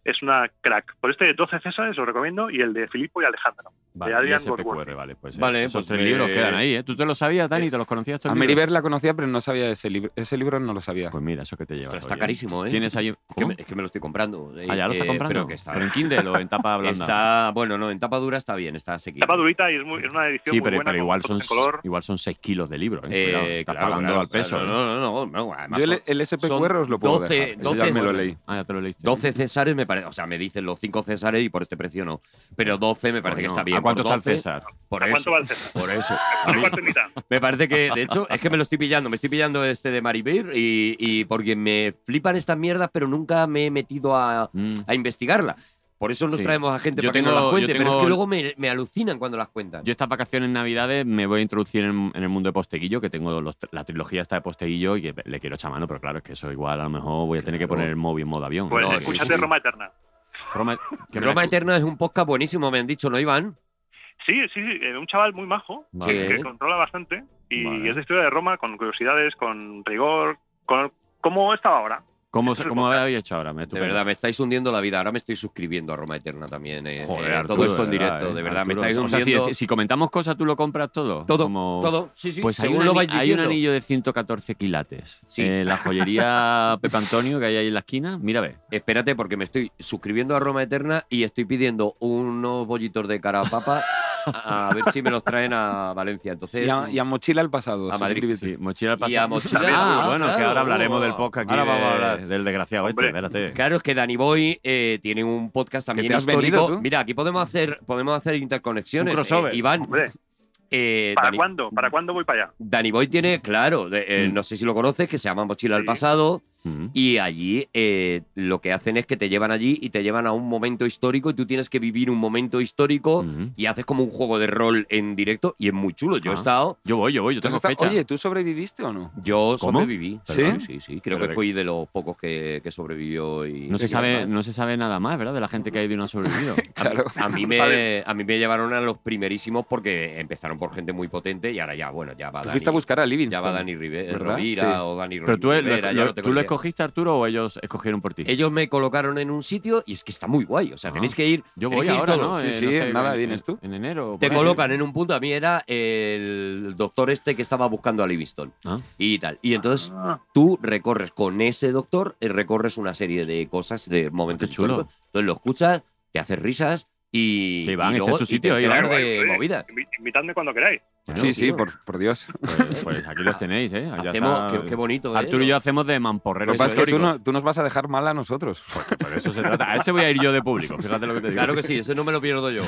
Es una crack. Por este de 12 Césares lo recomiendo y el de Filipo y Alejandro.
Vale,
de Adrian
y SPQR,
Goldsworthy.
vale, pues, eh,
Vale,
esos
pues
tres
me-
libros quedan ahí, ¿eh? ¿Tú te los sabías, Dani? ¿Te los conocías estos
A Mary
libros?
Bird la conocía, pero no sabía de ese libro. Ese libro no lo sabía.
Pues mira, eso que te llevas.
Ostras, está
oye.
carísimo, ¿eh?
Tienes ahí.
Es que me, es que me lo estoy comprando. eh,
Ah, ya lo está
eh,
comprando.
Pero que está,
en Kindle o en tapa blanda.
está- Bueno, no, en tapa dura está bien, está asequible.
Tapa durita y es, muy- es una edición
Sí,
muy
pero,
buena
pero
con
igual, son,
fotos en color.
igual son 6 kilos de libro. ¿eh? Cuidado,
Eh,
estás
claro,
pagándolo
claro,
al peso.
claro,
¿eh?
No, no, no, no, además
Yo
son-
el, el SPQR os lo puedo
12
dejar. Ese
12
ya me lo
son-
leí.
Ah, ya te lo leíste.
12 Césares me parece, o sea, me dicen los 5 Césares y por este precio no, pero 12 me parece que
Coño,
está bien.
¿A cuánto
Por
está el
12,
César?
Por
¿A
eso,
cuánto va el César?
Por
(laughs)
eso. (laughs) A
Tres
mí-
cuartos y mitad.
me parece que, de hecho, es que me lo estoy pillando, me estoy pillando este de Maribir y, y porque me flipan estas mierdas, pero nunca me he metido a,
Mm.
a investigarla. Por eso nos
Sí.
traemos a gente
Yo
para que
tengo-
nos las
yo
cuente, pero
tengo-
es que luego me, me alucinan cuando las cuentan.
Yo estas vacaciones navidades me voy a introducir en, en el mundo de Posteguillo, que tengo los- la trilogía está de Posteguillo y que le quiero echar mano, pero claro, es que eso igual a lo mejor voy a tener que
Claro.
poner el móvil en modo avión.
Pues
No,
escúchate
sí.
Roma Eterna.
Roma, que me la
Roma
escu-
Eterna es un podcast buenísimo, me han dicho, ¿no, Iván?
Sí, sí, sí, eh, un chaval muy majo
Vale.
que controla bastante y
Vale.
es de historia de Roma con curiosidades, con rigor, con cómo estaba ahora.
¿Cómo,
Esto es
¿Cómo habéis hecho ahora?
De verdad, me estáis hundiendo la vida. Ahora me estoy suscribiendo a Roma Eterna también. eh.
Joder,
Eh,
Arturo,
todo esto en
de verdad,
directo,
eh,
de verdad.
Arturo.
me estáis
O sea, si,
hundiendo
deci- si comentamos cosas, ¿tú lo compras todo?
Todo,
Como-
todo. Sí, sí,
Pues hay,
según
un
lo
ani-
vais
hay un
diciendo.
anillo de 114 quilates.
Sí.
Eh, la
(laughs)
joyería Pepe Antonio que hay ahí en la esquina, mira, ve.
Espérate, porque me estoy suscribiendo a Roma Eterna y estoy pidiendo unos bollitos de carapapa a a ver si me los traen a Valencia. Entonces,
Y a, y a Mochila al pasado.
A Madrid,
suscríbete.
Sí, mochila al
Y a
pasado.
mochila
ah,
al pasado,
bueno, que
claro,
ahora hablaremos
vamos a-
del podcast aquí
ahora vamos a
de-
hablar.
del desgraciado
Hombre.
este, espérate.
claro, es que Danny Boy eh, tiene un podcast también
te has
histórico.
venido tú.
Mira, aquí podemos hacer, podemos hacer interconexiones.
Un crossover.
eh, Iván,
Hombre,
eh,
¿para
Danny,
cuándo? ¿Para cuándo voy para allá?
Danny Boy tiene, claro, de- eh,
Mm.
no sé si lo conoces, que se llama Mochila al
Sí.
Pasado.
Mm.
Y allí eh, lo que hacen es que te llevan allí y te llevan a un momento histórico y tú tienes que vivir un momento histórico
Mm.
y haces como un juego de rol en directo y es muy chulo. Yo he
Ah.
estado,
Yo voy, yo voy, yo
Pues
Entonces
tengo
está-
fecha.
Oye, ¿tú sobreviviste o no?
yo
¿Cómo?
sobreviví.
¿Sí?
Sí, sí, sí. Creo
Pero
que
que-
fui de los pocos que, que sobrevivió y
no, se sabe,
A-
no se sabe nada más, ¿verdad? De la gente que hay de una
(laughs)
sobrevivido. (laughs)
Claro.
A mí, me,
Vale.
a mí me llevaron a los primerísimos porque empezaron por gente muy potente y ahora ya, bueno, ya va
Tú
Dani,
fuiste a buscar a Livingston.
ya va Dani Rive-
¿verdad?
Rovira
Sí.
o Dani
Pero tú, eh, lo-
Rivera, ya
lo-
no tengo
¿tú
ni
lo
idea.
escogiste, Arturo, o ellos escogieron por ti?
Ellos me colocaron en un sitio y es que está muy guay. O sea,
Ah.
tenéis que ir.
Yo
tenéis
voy
que ir
ahora,
todos.
¿no?
sí,
Eh,
sí,
no
en nada
en-
vienes tú.
En enero. pues, o
Te
por ahí.
colocan en un punto. A mí era el doctor este que estaba buscando a Livingston
Ah.
y tal. Y entonces
Ah,
tú recorres con ese doctor, eh, recorres una serie de cosas, de momentos
Ah, Qué chulo.
históricos. Entonces lo escuchas, te haces risas y.
Sí, Iván,
y
este
luego-
es tu
y te
sitio,
enteras
Iván.
guay,
de
oye,
movidas.
invi- Invitadme cuando queráis.
Bueno,
Sí, sí,
tío,
por, por Dios.
(laughs)
Pues, pues aquí los tenéis, ¿eh? Allá
Hacemos,
está.
qué, qué bonito. ¿eh?
Arturo y yo hacemos de mamporreros
Lo que pasa es que tú,
históricos.
no- tú nos vas a dejar mal a nosotros. (laughs)
Por eso se trata. A ese voy a ir yo de público, fíjate lo que te digo.
Claro que sí, ese no me lo pierdo yo.
(laughs)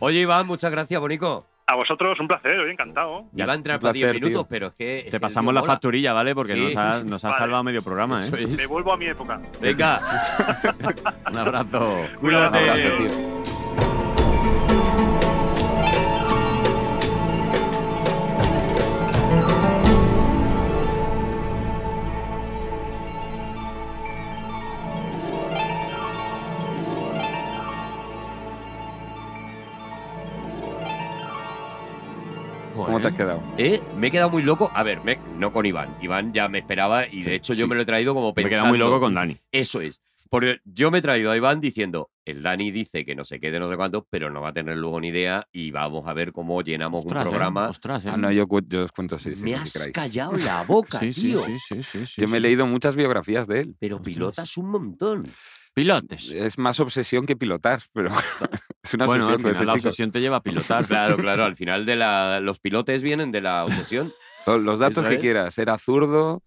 Oye, Iván, muchas gracias, Bonico.
A vosotros, un placer, oye, encantado.
Ya,
Iván entra
un
para 10
placer, tío.
minutos, pero es que. es que
Te
el
pasamos
tío
la
mola.
facturilla, ¿vale? Porque
Sí,
nos
sí,
ha,
sí.
nos ha
Vale.
salvado medio programa,
Eso
¿eh?
Me
es.
vuelvo a mi época.
Venga,
(laughs) Un abrazo.
Un abrazo,
cuídate.
tío. ¿Cómo te has quedado?
Eh, Me he quedado muy loco. A ver, me- no con Iván. Iván ya me esperaba y de
Sí,
hecho yo
sí.
me lo he traído como
Me he
pensando.
quedado muy loco con Dani.
Eso es. Porque yo me he traído a Iván diciendo, el Dani dice que no se quede no sé cuánto, pero no va a tener luego ni idea y vamos a ver cómo llenamos
Ostras, ¿eh?
un programa.
Ostras, ¿eh?
Ah, no, yo, cu- yo os cuento, sí, sí.
me
lo que
has
queráis.
callado la boca, (laughs)
sí, sí,
tío.
sí, sí, sí, sí,
Yo me he
sí.
leído muchas biografías de él.
Pero
Ostras.
pilotas un montón.
Pilotes.
Es más obsesión que pilotar, pero (laughs) es una
bueno, al
obsesión con
final
ese
la
chico.
obsesión te lleva
(laughs)
a pilotar.
Claro, claro, al final de la, los pilotes vienen de la obsesión.
Los los datos
Eso
que
es.
quieras. Era zurdo,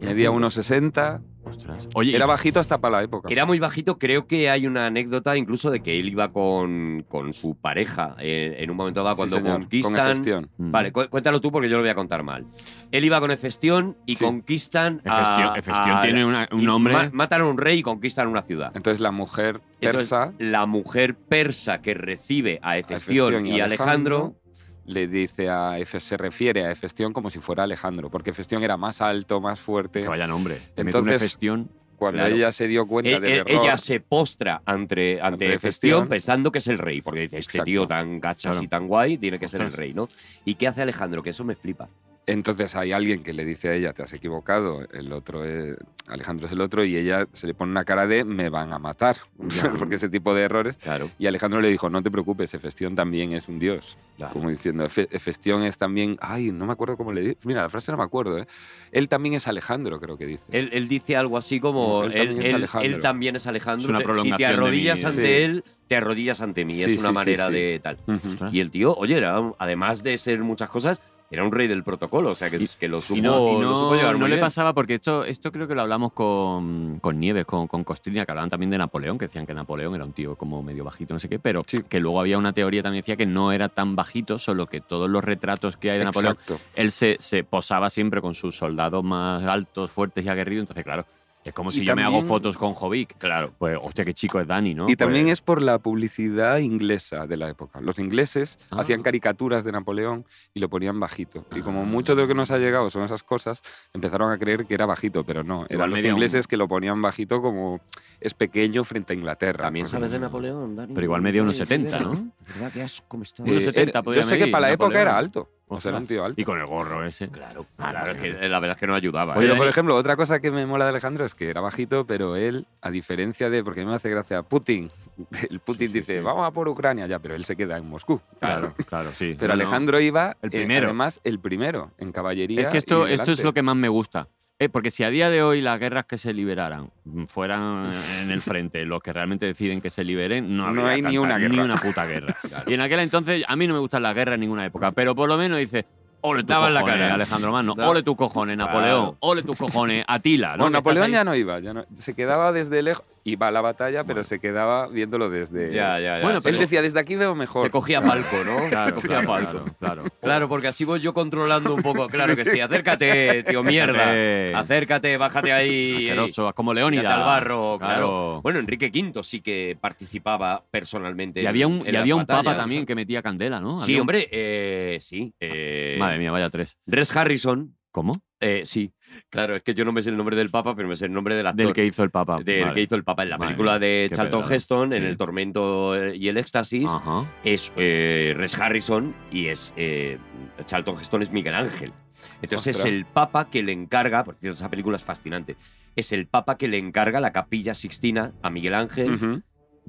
medía 1,60.
Ostras. Oye,
Era bajito hasta para la época.
Era muy bajito, creo que hay una anécdota incluso de que él iba con, con su pareja eh, en un momento dado
Sí,
cuando
señor, Con
conquistan.
gestión.
mm.
Vale, cu- cuéntalo tú porque yo lo voy a contar mal. Él iba con Efestión y
Sí.
conquistan a,
ah,
Efestión, Efestión
a-
tiene una- un
y
nombre.
ma- matan a un rey y conquistan una ciudad.
Entonces la mujer
Entonces,
persa,
la mujer persa que recibe a
a
Efestión, y Alejandro,
le dice a Efe- se refiere a Efestión como si fuera Alejandro, porque Efestión era más alto, más fuerte.
que vaya nombre. Te mete una
Entonces,
Efestión.
Cuando
claro.
ella se dio
e-
cuenta del
e-
error,
ella se postra ante, ante,
Ante
Efestión,
Hefestión.
pensando que es el rey, porque dice, este
Exacto.
tío tan gachas
Claro.
y tan guay tiene que ser el
Ostras.
rey, ¿no? ¿Y qué hace Alejandro? Que eso me flipa.
entonces hay alguien que le dice a ella, te has equivocado, el otro es, Alejandro es el otro, y ella se le pone una cara de, me van a matar, (laughs) O sea,
Ya.
porque ese tipo de errores.
Claro,
Y Alejandro le dijo, no te preocupes, Efestión también es un dios.
claro.
Como diciendo, "Efe- Efestión es también, ay, no me acuerdo cómo le dice, mira, la frase no me acuerdo, ¿eh? Él también es Alejandro, creo que dice.
Él, él dice algo así como, él,
Él también es
él-
Alejandro.
él también es Alejandro.
Es una
te- si te
prolongación de mí,
arrodillas
sí.
ante él, te arrodillas ante mí.
Sí,
es una
sí, sí,
manera
sí.
de tal.
Ujú.
Ostras.
Y el tío, oye, era un- además de ser muchas cosas, era un rey del protocolo. O sea, que,
Y-
que lo,
y
supo,
no, y
lo
no-
supo llevar
no
muy
le
bien.
pasaba porque esto, esto creo que lo hablamos con, con Nieves, con, con Costrina, que hablaban también de Napoleón, que decían que Napoleón era un tío como medio bajito, no sé qué, pero
Sí.
que luego había una teoría también decía que no era tan bajito, solo que todos los retratos que hay de Napoleón,
Exacto.
él se, se posaba siempre con sus soldados más altos, fuertes y aguerridos, entonces claro, es como
Y
si yo me hago
también-
fotos con Jovic, claro, pues hostia, qué chico es Dani, ¿no? Pues
Y también es por la publicidad inglesa de la época. Los ingleses
Ah.
hacían caricaturas de Napoleón y lo ponían bajito. Y como mucho de lo que nos ha llegado son esas cosas, empezaron a creer que era bajito, pero no. Eran los
media un-
ingleses que lo ponían bajito como es pequeño frente a Inglaterra.
También
cosas
sabes de
así.
Napoleón, Dani.
Pues, Pero igual medía unos 70, ¿no?
¿Verdad? Qué asco me está
Eh,
Unos
era-
70 podría
yo sé que
medir
para la época
Napoleón.
era alto. O sea,
Ostras.
era un tío alto.
Y con el gorro ese.
Claro,
Ah,
claro, es
no.
que la verdad es que no ayudaba.
Pero,
¿eh?
por ejemplo, otra cosa que me mola de Alejandro es que era bajito, pero él, a diferencia de, porque a mí me hace gracia, Putin, (laughs) el Putin
Sí, sí,
dice,
sí.
vamos a por Ucrania ya, pero él se queda en Moscú.
Claro, (laughs) claro, sí.
Pero
No, no.
Alejandro iba,
El
eh,
primero.
además, el primero en caballería.
Es que esto,
y
esto es
delante.
lo que más me gusta. Eh, porque si a día de hoy las guerras que se liberaran mm, fueran en el frente los que realmente deciden que se liberen, no,
No
habría
hay ni
tanta-
una
Ni
guerra.
una
(laughs)
puta guerra. Y en aquel entonces, a mí no me gustan las guerras en ninguna época, pero por lo menos dice. Ole tus
Daban la
cojones,
cara.
Alejandro Mano.
Da-
Ole tus cojones,
Claro.
Napoleón. Ole tus cojones, Atila. ¿no?
Bueno,
Que estás
Napoleón
ahí.
ya no iba, ya no- se quedaba desde lejos, iba a la batalla, pero se quedaba viéndolo desde.
(laughs) Ya, ya, ya.
Bueno,
Se
Él
pero-
co-
decía, desde aquí veo mejor.
se cogía palco, ¿no?
(laughs)
(laughs)
Claro,
Se
claro,
cogía palco.
claro, claro.
Claro, porque así voy yo controlando un poco. Claro que sí. Acércate, tío
Acércate.
mierda. Acércate, bájate ahí.
Asqueroso, como
eh,
Leónidas.
tírate al barro, claro. Bueno, Enrique V sí que participaba personalmente.
Y había un,
en
y
las
había un papa
batallas.
también que metía candela, ¿no?
Sí,
Había un-
hombre, eh, sí. eh,
Madre mía, vaya tres.
Res Harrison,
¿Cómo?
eh, sí. Claro, es que yo no me sé el nombre del papa, pero me sé el nombre del actor.
Del que hizo el papa.
del
Vale.
que hizo el Papa en la
Madre
película
mía,
de
qué
Charlton
pedrada.
Heston, en
Sí.
El Tormento eh, y el Éxtasis,
Ajá.
es eh, Res Harrison y es eh, Charlton Heston es Miguel Ángel. Entonces
Ostras.
es el Papa que le encarga, por cierto, esa película es fascinante, es el Papa que le encarga la capilla Sixtina a Miguel Ángel
Ujú.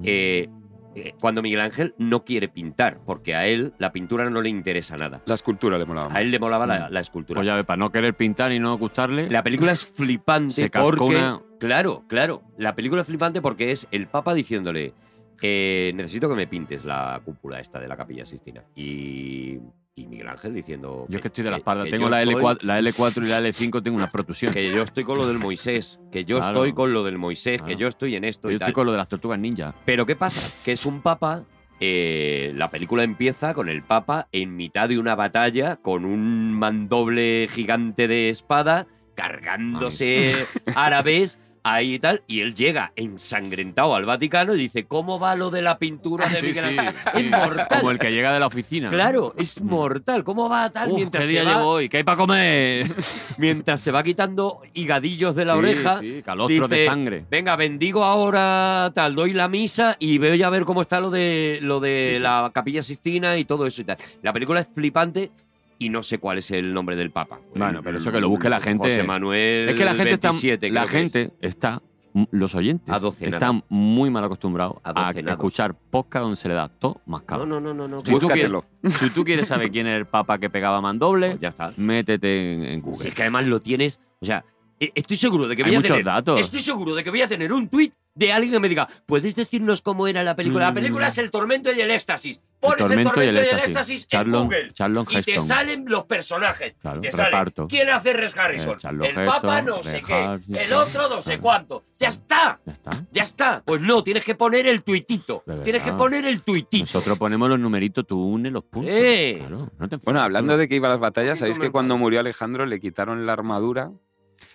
eh, eh, cuando Miguel Ángel no quiere pintar, porque a él la pintura no le interesa nada.
La escultura le molaba.
A él le molaba la, la escultura.
Pues ya ves, para no querer pintar y no gustarle.
La película es flipante
(laughs) Se cascó
porque.
una-
Claro, claro. La película es flipante porque es el Papa diciéndole: eh, Necesito que me pintes la cúpula esta de la Capilla Sistina. Y, y Miguel Ángel diciendo.
Yo es que estoy de la
que-
espalda.
que
Tengo
yo
la,
estoy-
L4, la L4 y la L5, tengo una
(laughs)
protusión.
Que yo estoy con lo del Moisés. Que yo
(laughs) Claro.
estoy con lo del Moisés.
Claro.
Que yo estoy en esto.
yo
y
estoy
tal.
con lo de las tortugas ninja.
Pero ¿qué pasa? Que es un papa. eh, la película empieza con el papa en mitad de una batalla con un mandoble gigante de espada cargándose (laughs) árabes ahí y tal. Y él llega ensangrentado al Vaticano y dice: ¿Cómo va lo de la pintura de Miguel Ángel? Es mortal.
Como el que llega de la oficina. ¿no?
Claro, es mortal. ¿Cómo va tal
Mm. Uf,
mientras,
¿Qué
se
día
va,
llevo hoy? ¿Qué hay para comer?
mientras se va quitando higadillos de (laughs) la
Sí,
oreja?
Sí, calostro de
dice-
sangre.
Venga, bendigo ahora tal, doy la misa y veo ya a ver cómo está lo de lo de
Sí, sí.
la Capilla Sistina y todo eso y tal. La película es flipante y no sé cuál es el nombre del Papa.
Bueno, pero eso que lo busque la gente.
José Manuel.
es que la gente está.
27,
la
creo que es.
gente está. Los oyentes
Adocenada.
están muy mal acostumbrados a
Adocenados.
escuchar podcast donde se le da todo más
No,
cabo.
no, no, no, no.
Si tú
Búscatelo.
Si tú quieres saber quién es el papa que pegaba
Pues
mandoble,
ya está.
métete en, en Google.
Si es que además lo tienes, o sea, e- estoy seguro de que
Hay
voy a
muchos
tener
datos.
Estoy seguro de que voy a tener un tuit de alguien que me diga, ¿puedes decirnos cómo era la película? La
Mm.
película es El Tormento y el Éxtasis. Pones El
Tormento
Tormento,
y el
y el
Éxtasis.
Éxtasis
Charlon-
en Google
Charlon
y te
Heston.
salen los personajes.
Claro,
te sale
reparto.
quién hace Res Harrison,
Eh, Charlon
el Papa
Heston,
no sé
Red
qué,
Harrison.
el otro no sé
Claro.
cuánto. ¡Ya está!
Ya está.
¡Ya está! Pues no, tienes que poner el tuitito.
De
Tienes que
verdad.
poner el tuitito.
Nosotros ponemos los numeritos, tú une los puntos.
¡Eh!
Claro, no te
Bueno,
enfades,
hablando
tú.
de que iba a las batallas, sabéis que
Comentario.
cuando murió Alejandro le quitaron la armadura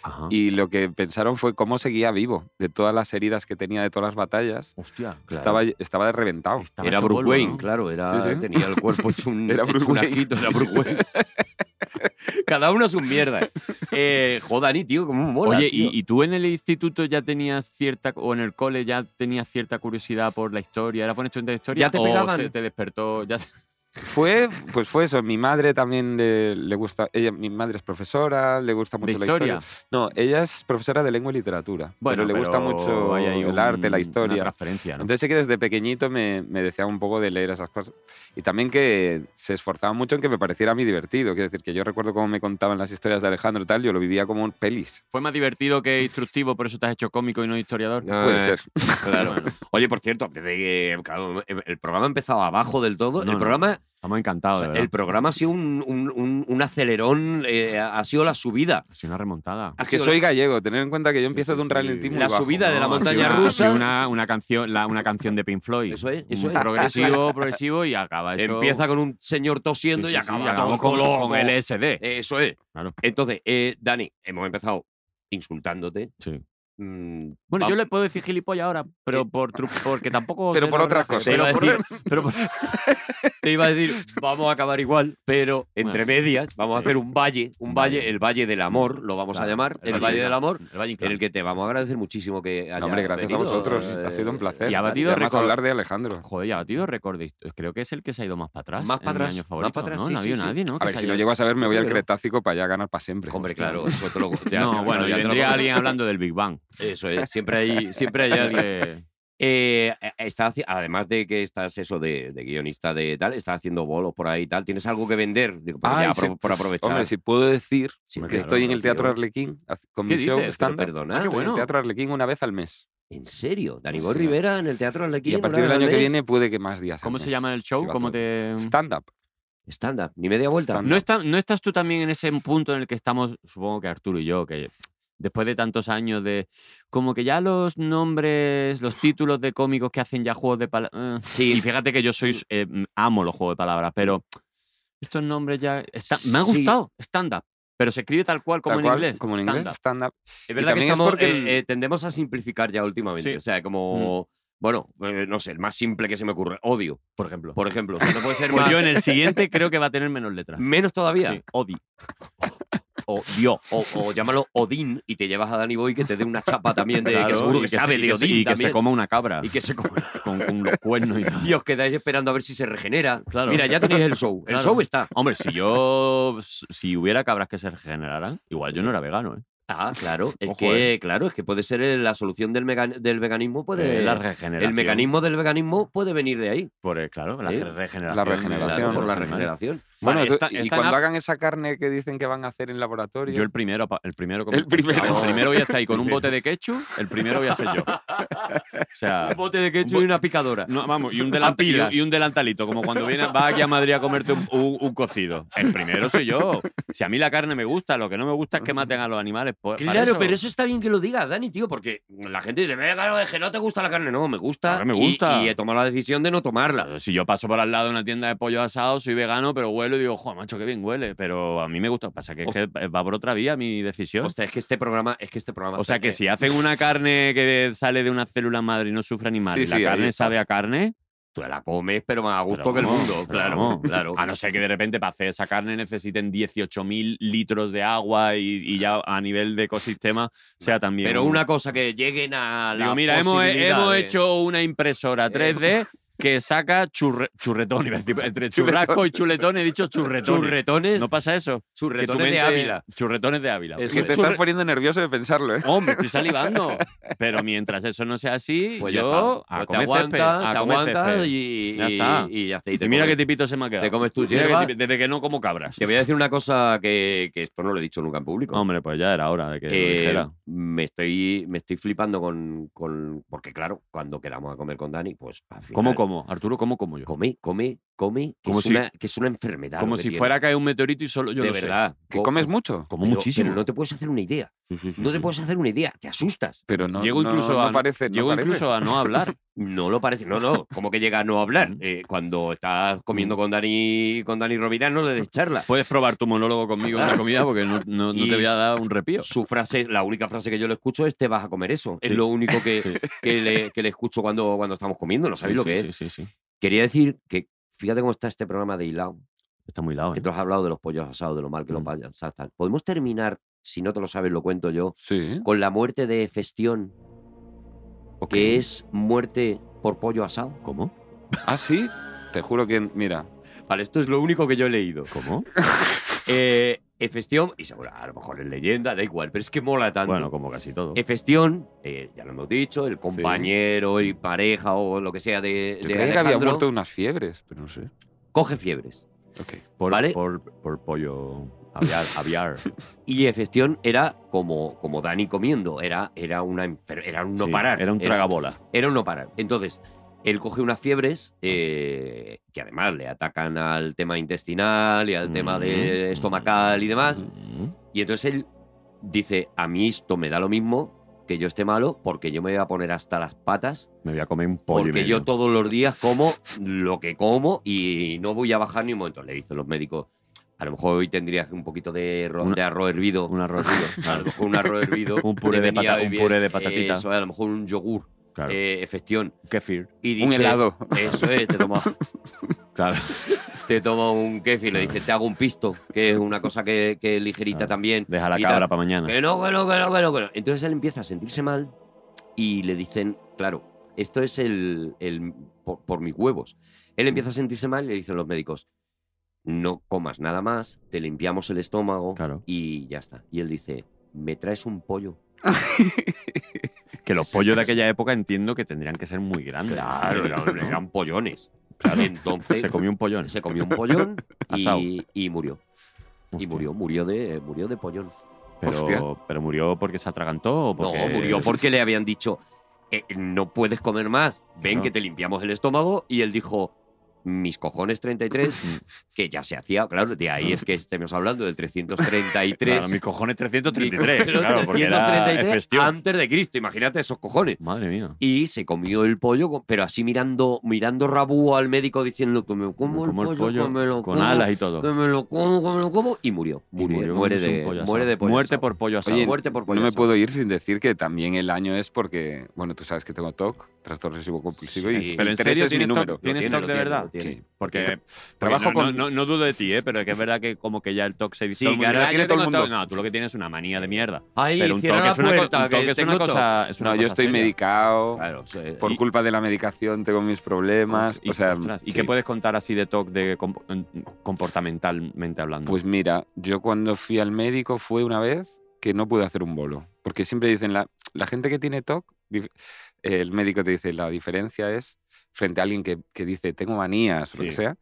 Ajá.
y lo que pensaron fue cómo seguía vivo de todas las heridas que tenía de todas las batallas.
Hostia, claro.
Estaba, estaba reventado.
Estaba
era
hecho
Bruce
polvo,
Wayne,
¿no?
claro, era,
Sí, sí.
tenía el cuerpo hecho (laughs) un,
Era
hecho
Bruce
un
Wayne.
ajito, era Bruce Wayne. (laughs) Cada uno es un mierda. Eh, Jodani, tío, como un mola.
Oye, ¿y,
tío.
y tú en el instituto ya tenías cierta, o en el cole ya tenías cierta curiosidad por la historia? ¿Era por esto de historia?
Ya te
o
pegaban.
se te despertó? Ya...
Fue, pues fue eso. Mi madre también le, le gusta. Ella, mi madre es profesora, le gusta mucho
¿De
la
historia?
historia. No, ella es profesora de lengua y literatura. pero le gusta
pero
mucho
hay ahí
el
un-
arte, la
Una
historia.
referencia, ¿no?
Entonces sí que desde pequeñito me, me decía un poco de leer esas cosas. Y también que se esforzaba mucho en que me pareciera a mí divertido. Quiero decir, que yo recuerdo cómo me contaban las historias de Alejandro y tal, yo lo vivía como un pelis.
Fue más divertido que instructivo, por eso te has hecho cómico y no historiador.
No,
Puede
eh,
ser.
Claro. (laughs) Oye, por cierto, antes de que- claro, el programa ha empezado abajo del todo.
No,
el
no,
programa
Estamos
O
encantados, Ah, de
sea,
verdad.
el programa ha sido un, un- un- un acelerón, eh, ha sido la subida.
Ha sido una remontada.
Ha
Es que
sido
soy gallego, tener en cuenta que yo empiezo
sí,
de un
sí.
ralentí muy
La
bajo.
subida de la
No, ha sido
montaña
una-
rusa.
ha sido Una, una canción, la- una canción de Pink Floyd.
Eso es, eso
Muy
es. (laughs)
Progresivo, progresivo y acaba eso.
Empieza con un señor
Sí,
tosiendo
sí,
y
sí,
acaba
acabamos
todo
con,
loco.
con LSD.
Eso es.
Claro.
Entonces, eh, Dani, hemos empezado insultándote.
Sí.
Mm,
Bueno,
va-
yo le puedo decir gilipollas ahora, pero por tru- porque tampoco.
Pero
sé
por
la
otras
verdad,
cosas.
te iba,
Pero
a
por-
decir,
(laughs) pero por-
te iba a decir, vamos a acabar igual, pero entre medias vamos a
Sí.
hacer un valle, un
Un
valle,
valle.
el Valle del Amor, lo vamos a
Claro,
llamar, el, Valle del Amor,
El Valle
en el que te vamos a agradecer muchísimo que hayas
No, hombre, gracias
venido,
a vosotros.
eh,
ha sido un placer.
y ha batido
Y además
récord.
hablar de Alejandro.
Joder, ya ha batido récord. de hist- Creo que es el que se ha ido más para atrás.
Más
en
para
mi
atrás,
año
más
favorito.
para atrás,
No,
sí,
no ha
sí,
habido
sí.
nadie, ¿no?
A
que
ver,
se
si
haya
lo
ido.
(laughs) llego a saber, me voy al
Pero-
Cretácico para ya ganar para siempre.
Hombre, claro, eso te lo-
(laughs)
ya-
no,
ya-
bueno,
ya
y
te lo-
vendría alguien hablando del Big Bang.
Eso es, siempre hay, siempre
(laughs)
hay alguien.
Siempre-
Eh, eh, está haci- además de que estás eso de, de guionista de tal, estás haciendo bolos por ahí y tal, ¿tienes algo que vender? Digo, por-
Ay,
ya,
sí,
por, por
pues,
aprovechar.
Hombre, si puedo decir
Sí,
que
claro,
estoy en el
tío.
Teatro Arlequín haz- con
¿Qué
mi show
dices?
Pero
stand
perdona,
Ah, qué
tú-
en
bueno.
el Teatro Arlequín una vez al mes.
¿En serio? ¿Dani
Sí,
Boy
señor.
Rivera en el Teatro Arlequín?
Y a
una
partir del
vez al
año que
mes?
viene puede que más días. al (laughs)
¿Cómo se
mes.
llama el
Sí,
show?
va
¿Cómo
todo.
te.?
Stand-up.
Stand-up, ni media vuelta.
Stand-up.
¿No, está- ¿No estás tú también en ese punto en el que estamos, supongo que Arturo y yo, que después de tantos años de. Como que ya los nombres, los títulos de cómicos que hacen ya juegos de palabras. Sí. Y fíjate que yo soy. eh, amo los juegos de palabras, pero estos nombres ya. está- me ha
Sí.
gustado, stand-up. Pero se escribe tal cual como
Tal
en
cual,
inglés.
Como en
stand-up.
inglés, stand-up.
Es verdad que
también es
estamos,
porque
eh,
el- Mm.
eh, tendemos a simplificar ya últimamente.
Sí.
O sea, como. Bueno, eh, no sé, el más simple que se me ocurre. Odio,
por ejemplo.
por ejemplo. O sea, no
(laughs)
puede ser
Pues
más.
yo en (laughs) el siguiente creo que va a tener menos letras.
Menos todavía.
Sí, Odi.
o Dios, o, o llámalo Odín y te llevas a Danny Boy que te dé una chapa también de que
Claro,
seguro
y
que,
se-
sabe
y
de
que se-
Odín
Y que se
también.
coma una cabra.
y que se (laughs) come.
con, con los cuernos y tal.
Y os quedáis esperando a ver si se regenera.
Claro.
Mira, ya tenéis el show. El
Claro.
show está.
Hombre, si yo. Si hubiera cabras que se regeneraran, igual yo no era vegano, ¿eh?
Ah, claro. Es
Ojo,
que, claro, es que puede ser eh, la solución del, mega- del veganismo. Puede,
Eh, la regeneración.
el mecanismo del veganismo puede venir de ahí.
Por, eh, claro, la
Sí.
regeneración.
La
de-
regeneración,
de
Claro,
los
por la
animales.
regeneración.
Bueno,
Vale,
tú-
está-
y
está en
cuando
la-
hagan esa carne que dicen que van a hacer en laboratorio.
Yo el primero, pa- el primero. como-
El primero.
Claro, el primero voy a estar
(laughs)
ahí con un bote de ketchup, el primero voy a ser yo. O sea,
Un bote de ketchup
bo-
y una picadora.
no, vamos, y un, delan-
A pilas.
y, y un delantalito, como cuando viene, vas aquí a Madrid a comerte un, un- un cocido. El primero soy yo. Si a mí la carne me gusta, lo que no me gusta es que maten a los animales. pues, para
Claro, pero eso está bien que lo digas, Dani, tío, porque la gente dice, "Venga, claro, es que no te gusta la carne. No, me gusta.
Claro que me
y-
gusta.
Y, he tomado la decisión de no tomarla.
Claro, Si yo paso por al lado de una tienda de pollo asado, soy vegano, pero huelo y digo, joder, macho, qué bien huele. Pero a mí me gusta. Pasa que, es que va por otra vía mi decisión.
O sea, es que este programa, es que este programa.
O sea, que
eh,
si hacen una carne que sale de una célula madre y no sufre animal
Sí,
y la
sí, ahí
carne
está.
sabe a carne,
Tú la comes, pero más a gusto
Pero
que Pues el
vamos,
mundo.
pero
Claro,
vamos.
(laughs) claro.
a no ser que de repente para hacer esa carne necesiten 18.000 litros de agua y, y ya a nivel de ecosistema sea también.
Pero
un-
una cosa que lleguen a la.
Digo, mira, hemos,
posibilidad
hemos
de- eh.
hecho una impresora 3D que saca churre- churretón, iba a decir, entre churrasco y chuletón he dicho churretón.
Churretones,
¿No pasa eso? Que tu
churretones de
mente-
Ávila.
Churretones de Ávila.
Es
que te
Churre-
estás poniendo nervioso de pensarlo, ¿eh?
Hombre, estoy salivando. Pero mientras eso no sea así,
Pues ya
yo
está.
a
Pues
comer
te
césped,
aguantas,
a
te
comer
aguantas
césped.
y,
Ya está.
y- y ya está. Y
Y
te
mira
comes-
qué tipito se me ha quedado.
te comes tus
Mira qué
hierbas.
tipi- Desde que no como cabras.
Te voy a decir una cosa que, que esto no lo he dicho nunca en público.
Hombre, pues ya era hora de que lo
Eh,
dijera.
me estoy me estoy flipando con, con- porque claro cuando quedamos a comer con Dani pues al final,
¿Cómo como? Arturo, ¿cómo como yo?
come come come que,
Como
es,
si-
una, que es una enfermedad
Como
lo que
si
tiene.
fuera a caer un meteorito y solo yo
de
lo sé.
verdad
Que
Co-
comes mucho.
Como
pero-
muchísimo.
pero no te puedes hacer una idea
Sí, sí, sí,
no te
sí.
puedes hacer una idea te asustas
Pero no,
Llego
no-
incluso
no
a-
parece. no
Llego
parece.
incluso a no
(laughs)
hablar.
no lo parece no
(laughs)
no como que llega a no hablar Eh, cuando estás comiendo con Dani con Dani Rovira no le des charla Ah,
Puedes probar tu monólogo conmigo en una comida porque no, no- no
Y-
te voy a dar un repío.
su frase, la única frase que yo le escucho es te vas a comer eso.
Sí.
Es lo único que,
Sí.
que, le, que le escucho cuando, cuando estamos comiendo, no sabéis lo
Sí,
que
sí,
es.
Sí, sí, sí.
Quería decir que fíjate cómo está este programa de hilado,
Está muy lado.
que tú has hablado de los pollos asados, de lo mal que los
Mm.
pollos asados están. Podemos terminar, si no te lo sabes, lo cuento yo,
Sí.
con la muerte de Festión,
ok.
que es muerte por pollo asado.
¿Cómo?
Ah, sí. Te juro que, mira,
Vale, esto es lo único que yo he leído.
¿Cómo?
(laughs) Eh, Festión, y seguro, a lo mejor es leyenda, da igual, pero es que mola tanto.
Bueno, como casi todo.
Efestión, eh, ya lo hemos dicho, el compañero y pareja o lo que sea de,
yo creía
de
que había
Alejandro,
muerto de unas fiebres, pero no sé.
coge fiebres.
Ok.
Por,
¿vale?
por, por pollo aviar. aviar. (laughs)
Y Efestión era como, como Dani comiendo, era, era, una enfer- era un no
Sí,
parar.
Era un tragabola.
Era un no parar. Entonces, él coge unas fiebres eh, que además le atacan al tema intestinal y al tema de
Mm.
estomacal y demás.
Mm.
Y entonces él dice, a mí esto me da lo mismo que yo esté malo porque yo me voy a poner hasta las patas
Me voy a comer un pollo. y
porque
medio.
yo todos los días como lo que como y no voy a bajar ni un momento. Le dicen los médicos, a lo mejor hoy tendrías un poquito de, ro-
Una-
de arroz hervido.
Un arroz duro,
(laughs) a
claro.
lo mejor un arroz hervido.
(laughs) Un
te
puré de
venía
pata- un
bien.
puré de patatita.
Eso, a lo mejor un yogur,
claro.
eh, festión.
Kefir.
Y
Un
dice,
helado.
Eso es, te toma,
Claro. (laughs)
te toma un kefir, le dice, te hago un pisto, que es una cosa que, que es ligerita
Claro. Ah.
también.
Deja la
y tal.
cabra para mañana.
Que no, que no, que no, que no, que no. Entonces él empieza a sentirse mal y le dicen, claro, esto es el, el- por, por mis huevos. Él
Mm.
empieza a sentirse mal y le dicen los médicos, no comas nada más, te limpiamos el estómago
Claro.
y ya está. Y él dice, me traes un pollo.
Que los pollos de aquella época entiendo que tendrían que ser muy grandes.
(laughs) eran, eran pollones. Entonces
Se comió un pollón.
se comió un pollón
(laughs) Asado.
y, y murió. Y
Hostia.
murió, murió de, murió de pollón.
Hostia.
Pero, pero murió porque se atragantó o porque.
No, murió porque le habían dicho, "Eh, no puedes comer más, ven
Claro.
que te limpiamos el estómago. Y él dijo, mis cojones
(laughs)
33,
Mm.
que ya se hacía, claro, de ahí es que estemos hablando del 333.
Claro, mis cojones 333.
Pero
(laughs) claro, porque era
333
Efestión.
antes de Cristo, imagínate esos cojones.
Madre mía.
Y se comió el pollo, con- pero así mirando, mirando rabú al médico diciendo que me como,
Como
el, pollo, que me lo
con
como,
alas y
que
todo.
me lo como, que me lo como, y murió.
Y
murió,
murió
muere,
comiéndose
de,
un pollo
muere
asado.
de pollo
Muerte
asado.
por pollo asado.
Oye,
muerte por pollo
No me
asado.
puedo ir sin decir que también el año es porque, bueno, tú sabes que tengo TOC, trastorno obsesivo compulsivo, y
Sí,
pero en
el 3
serio
es mi
tienes
número.
TOC. ¿Tienes
Lo tiene,
TOC
lo
de
tiene,
verdad?
lo tiene.
Sí.
Porque
Trabajo
no,
con.
no, no- no dudo de ti, ¿eh? pero que es verdad que como que ya el TOC se
Sí,
todo el mundo-
que ahora lo
"Ah, yo
tiene
todo el
tengo
mundo".
TOC. No, tú lo que tienes es una manía de mierda.
Ahí,
pero un
cierra
TOC
la
es una, co-
puerta,
un toque
que
es una
tengo toque.
cosa. es una
No, yo
cosa
estoy
seria.
medicado.
Claro, sí.
Por
Y-
culpa de la medicación tengo mis problemas.
Y,
o sea,
ostras, ¿y
sí.
qué puedes contar así de TOC de comp- comportamentalmente hablando?
Pues mira, yo cuando fui al médico fue una vez que no pude hacer un bolo. Porque siempre dicen, la, la gente que tiene TOC, dif- el médico te dice, la diferencia es, frente a alguien que, que dice, tengo manías o lo que
Sí.
sea,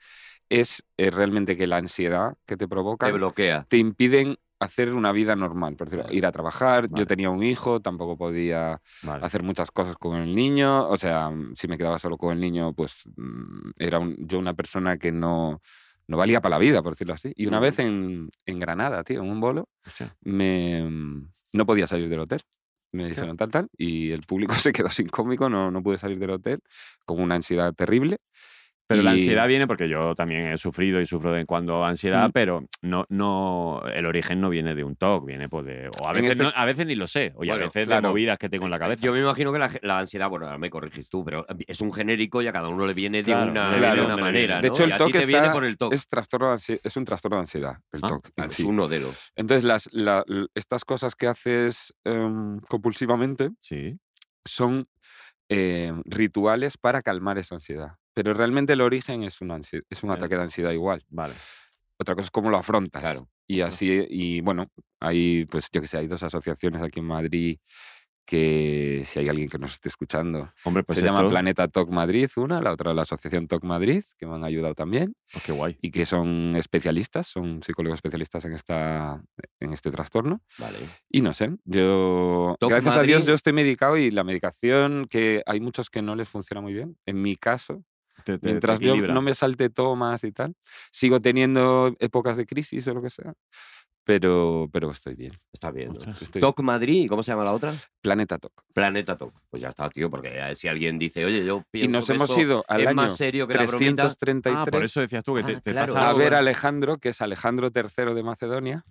es eh, realmente que la ansiedad que te provoca
Te bloquea.
te impiden hacer una vida normal, por decirlo, ir a trabajar,
Vale.
yo tenía un hijo, tampoco podía
Vale.
hacer muchas cosas con el niño, o sea, mm, si me quedaba solo con el niño, pues mm, era un- yo una persona que no, no valía para la vida, por decirlo así. Y una vez en, en Granada, tío, en un bolo,
Hostia.
me, mm, no podía salir del hotel. Me dijeron tal, tal, y el público (laughs) se quedó sin cómico, no, no pude salir del hotel, con una ansiedad terrible.
Pero la
Y-
ansiedad viene porque yo también he sufrido y sufro de cuando ansiedad, pero no, no, el origen no viene de un TOC, viene pues de. O a
En
veces,
este-
no- a veces ni lo sé, o y
Bueno,
a veces de
claro.
movidas que tengo en la cabeza.
Yo me imagino que la, ge- la ansiedad, bueno, ahora me corriges tú, pero eh, es un genérico y a cada uno le viene de
Claro,
una,
le
de
viene
una
donde
le
manera.
viene.
De
¿no?
hecho,
Y
el
a ti
TOC
te viene
está-
por el toque.
Es, trastorno de ansi- es un trastorno de ansiedad, el
Oh. Ah,
TOC. en
es
sí.
uno de los.
Entonces, las, la- l- estas cosas que haces em, compulsivamente
Sí.
son em, rituales para eh, calmar esa ansiedad. Pero realmente el origen es un, ansi- es un
Vale.
ataque de ansiedad igual.
Vale.
Otra cosa es cómo lo afrontas.
Claro.
Y así, y bueno, hay, pues yo que sé, hay dos asociaciones aquí en Madrid que si hay alguien que nos esté escuchando,
Hombre, pues
se llama
esto-
Planeta Toc Madrid, una, la otra la Asociación Toc Madrid, que me han ayudado también
pues qué guay.
y que son especialistas, son psicólogos especialistas en, esta, en este trastorno.
Vale.
Y no sé, yo.
Toc
gracias a Dios
Madrid.
yo estoy medicado y la medicación, que hay muchos que no les funciona muy bien. En mi caso,
Te- te-
mientras
te
yo
equilibra.
no me salte tomas y tal, sigo teniendo épocas de crisis o lo que sea. Pero, pero estoy bien.
Está bien. ¿no?
Ostras.
estoy-
Toc Madrid, ¿y ¿cómo se llama la otra?
Planeta Toc.
Planeta Toc. Pues ya está, tío, porque eh, si alguien dice, oye, yo
Y
pienso
nos
que
hemos
esto
ido al
es
año
más serio que la bromita.
333
Ah, por eso decías tú que te,
Ah,
te
claro.
pasa
a
algo.
ver a Alejandro, que es Alejandro III de Macedonia.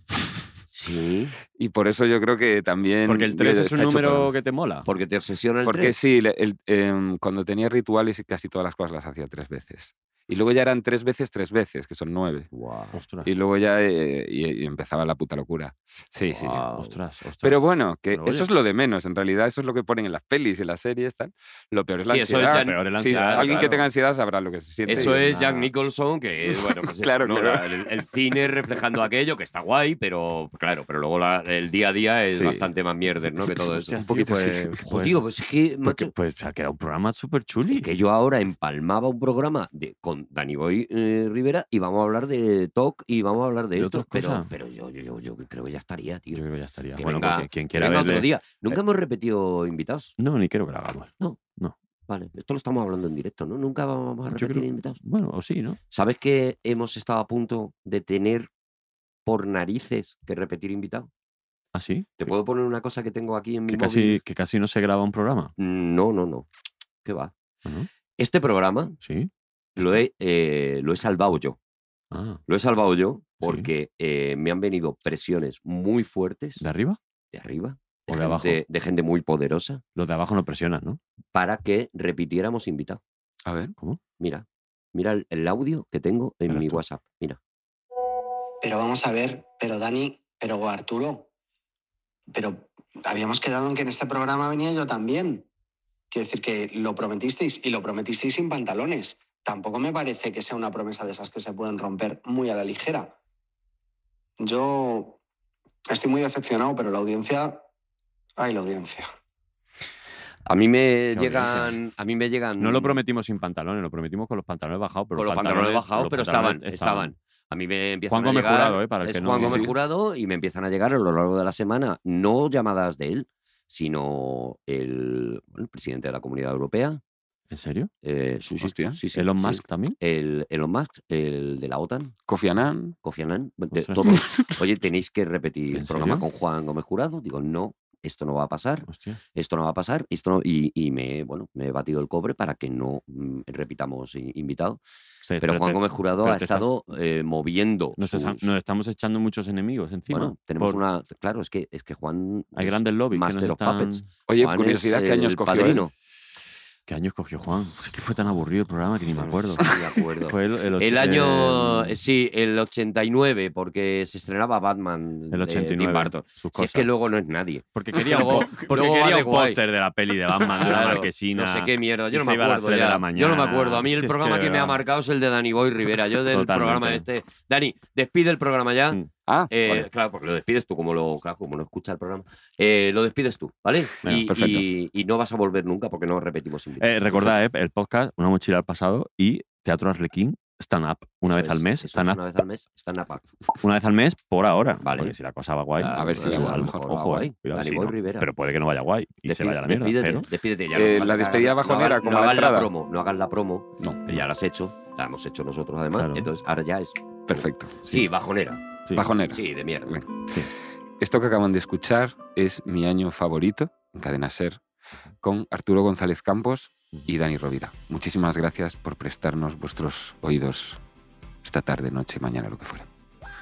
Sí,
Y por eso yo creo que también.
Porque el
yo-
3 es
está
un
hecho para-
número que te mola.
porque te obsesiona el
Porque
tres.
sí, le- el- em, cuando tenía rituales casi todas las cosas las hacía tres veces. Y luego ya eran tres veces, tres veces, que son nueve.
Guau.
Ostras.
Y luego ya eh, y- y empezaba la puta locura. Sí, sí, sí.
Guau.
Ostras, ostras.
Pero bueno, que
Pero oye.
eso es lo de menos. En realidad, eso es lo que ponen en las pelis y en las series. Tal. Lo peor es la
Sí, eso
ansiedad.
ya-
peor es la
Sí,
ansiedad,
alguien que
claro.
tenga ansiedad sabrá lo que se siente.
Eso
y-
es Jack Nicholson, que es, bueno, pues eso,
Claro,
¿no?
claro.
La- el, el cine reflejando aquello, que está guay, pero claro, pero luego la- el día a día es
Sí.
bastante más mierder, ¿no? Que todo eso.
Hostias,
un poquito
tío,
así.
pues,
Joder,
pues-
tío, pues es que,
porque,
macho,
pues ha quedado un programa súper chuli.
que yo ahora empalmaba un programa de, con Dani Boy eh, Rivera y vamos a hablar de TOC y vamos a hablar de,
De
esto.
otras
Pero,
cosas.
pero yo, yo, yo, yo creo que ya estaría,
Yo
tío.
creo que ya estaría.
Que
bueno,
venga-
porque quien
Que
quiera
venga otro
verle...
día. Nunca hemos repetido invitados.
No, ni creo que lo hagamos.
Vale, esto lo estamos hablando en directo, ¿no? Nunca vamos a
Yo
repetir
creo-
invitados.
Bueno, o sí, ¿no?
¿Sabes que hemos estado a punto de tener por narices que repetir invitados?
Así.
¿Te puedo poner una cosa que tengo aquí en mi
Ah, que,
móvil?
casi, que casi no se graba un programa.
No, no, no. ¿Qué va?
¿o ¿No?
Este programa
Sí.
lo
Este.
he, eh, lo he salvado yo.
Ah,
Lo he salvado yo porque eh, me han venido presiones muy fuertes
¿de arriba?
de arriba, de,
¿O de
gente,
abajo?
de gente muy poderosa,
Los de abajo no presionan, ¿no?
para que repitiéramos invitados.
A
¿Eh?
ver.
Mira, mira el, el audio que tengo en
Verás
mi
tú.
WhatsApp. Mira.
Pero vamos a ver, pero Dani, pero Arturo, pero habíamos quedado en que en este programa venía yo también. Quiero decir que lo prometisteis y lo prometisteis sin pantalones. Tampoco me parece que sea una promesa de esas que se pueden romper muy a la ligera. Yo estoy muy decepcionado, pero la audiencia... ¡Ay, la audiencia!
A mí me
Qué
llegan. A mí me llegan.
No lo prometimos sin pantalones, lo prometimos con los pantalones bajados.
Mm.
Pero
Con los pantalones bajados,
los
pero
pantalones
estaban, estaban. A mí me empiezan
Juan
a
Gómez
llegar.
Jurado, ¿eh? Para el
es
que no-
Juan
sí,
Gómez
sí.
Jurado y me empiezan a llegar a lo largo de la semana no llamadas de él, sino el, el presidente de la Comunidad Europea,
¿En serio?
eh, sí, sí,
Hostia.
sí, sí,
¿Elon
sí.
Musk también?
el Elon Musk, el de la OTAN,
Kofi Annan.
Kofi Annan, de
Ostras. (laughs)
todos. Oye, tenéis que repetir
¿En
el programa
serio?
con Juan Gómez Jurado. Digo, no, esto no va a pasar,
Hostia.
esto no va a pasar, esto no- y, y me, bueno, me he batido el cobre para que no mm, repitamos i- invitado.
Se-
Pero Juan
te-
Gómez Jurado
Eh, pero
ha
te estás-
estado eh, moviendo.
Nos,
sus-
esa- nos estamos echando muchos enemigos encima.
bueno, tenemos
por-
una. Claro, es que, es que Juan.
Hay
es-
grandes lobbies. que
Master
nos
of Puppets.
están-
Oye,
Juan es
curiosidad, ¿qué años
el
cogió él?
padrino.
¿Qué años cogió Juan? (laughs) Es que fue tan aburrido el programa que ni me
No
acuerdo.
sé, me acuerdo.
(laughs) Fue el, el och-
El año,
eh,
eh, sí, el 89, porque se estrenaba Batman
el
de Tim
89.
Burton.
sus
Si es
cosas.
que luego no es nadie.
Porque quería
luego-
un, po- porque
luego va
quería
de
un
guay.
póster de la peli de Batman, de la
Ah, Claro,
marquesina.
No sé qué mierda,
y
yo no
se
me
iba a las
acuerdo.
tres de
ya.
la
Yo no me
mañana.
acuerdo. A mí
Si (laughs) es
el
que
programa
de
que me ha
verdad.
marcado es el de Dani Boy Rivera. Yo del
Totalmente.
programa este. Dani, despide el programa ya.
Mm.
Ah,
Eh,
vale.
Claro, porque lo despides tú, como, lo, claro, como no escucha el programa. Eh, lo despides tú, ¿vale?
Venga,
y,
perfecto.
y- y no vas a volver nunca porque no repetimos invitados.
Eh, recordad, eh, el podcast Una mochila al pasado y Teatro Arlequín Stand Up una
Eso
vez al
es,
mes,
eso es,
stand
Una
up
vez al mes, stand up.
una vez al mes por ahora,
Vale.
porque si la cosa va guay,
Claro,
A ver si
eh,
va guay,
a lo mejor
va
ojo, eh,
guay.
cuidado,
Dani
sí,
Boy
¿no?
Rivera.
pero puede que no vaya guay y se
Despi-
vaya a la mierda,
despídete,
pero
despídete ya.
Eh,
hace
la
falta que
despedida
hagas-
bajonera,
hagas-
como
no
la
hagas
entrada.
promo, no hagas la promo,
No,
ya la has hecho, la hemos hecho nosotros además,
Claro.
entonces ahora ya es...
perfecto.
Sí, bajonera.
sí.
Bajonera.
Sí, de mierda.
Venga. Esto que acaban de escuchar es mi año favorito en Cadena Ser con Arturo González Campos y Dani Rovira. Muchísimas gracias por prestarnos vuestros oídos esta tarde, noche, mañana, lo que fuera.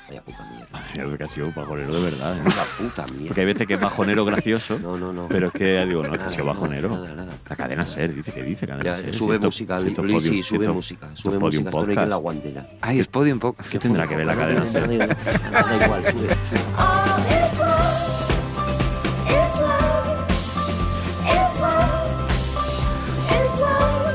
Vaya puta mierda.
(laughs) Yo creo que ha sido bajonero de verdad. eh.
Vaya puta
Porque
mierda.
hay veces que es bajonero gracioso,
No, no, no.
pero es que ya digo, no, es que ha
Nada,
sido
nada,
bajonero.
Nada, nada.
La cadena ser, dice que dice cadena
Ya,
ser. si
sube
esto-
música,
si
Luis,
esto es
sí,
podium- si
sube
esto-
música, sube
podium
música, esto no hay quien la
podcast.
aguante ya.
Ay, es podio un poco.
¿Qué tendrá que ver la
No, no,
cadena
no,
ser?
no, no, Da igual, sube.
All is love, is love, is love, is love.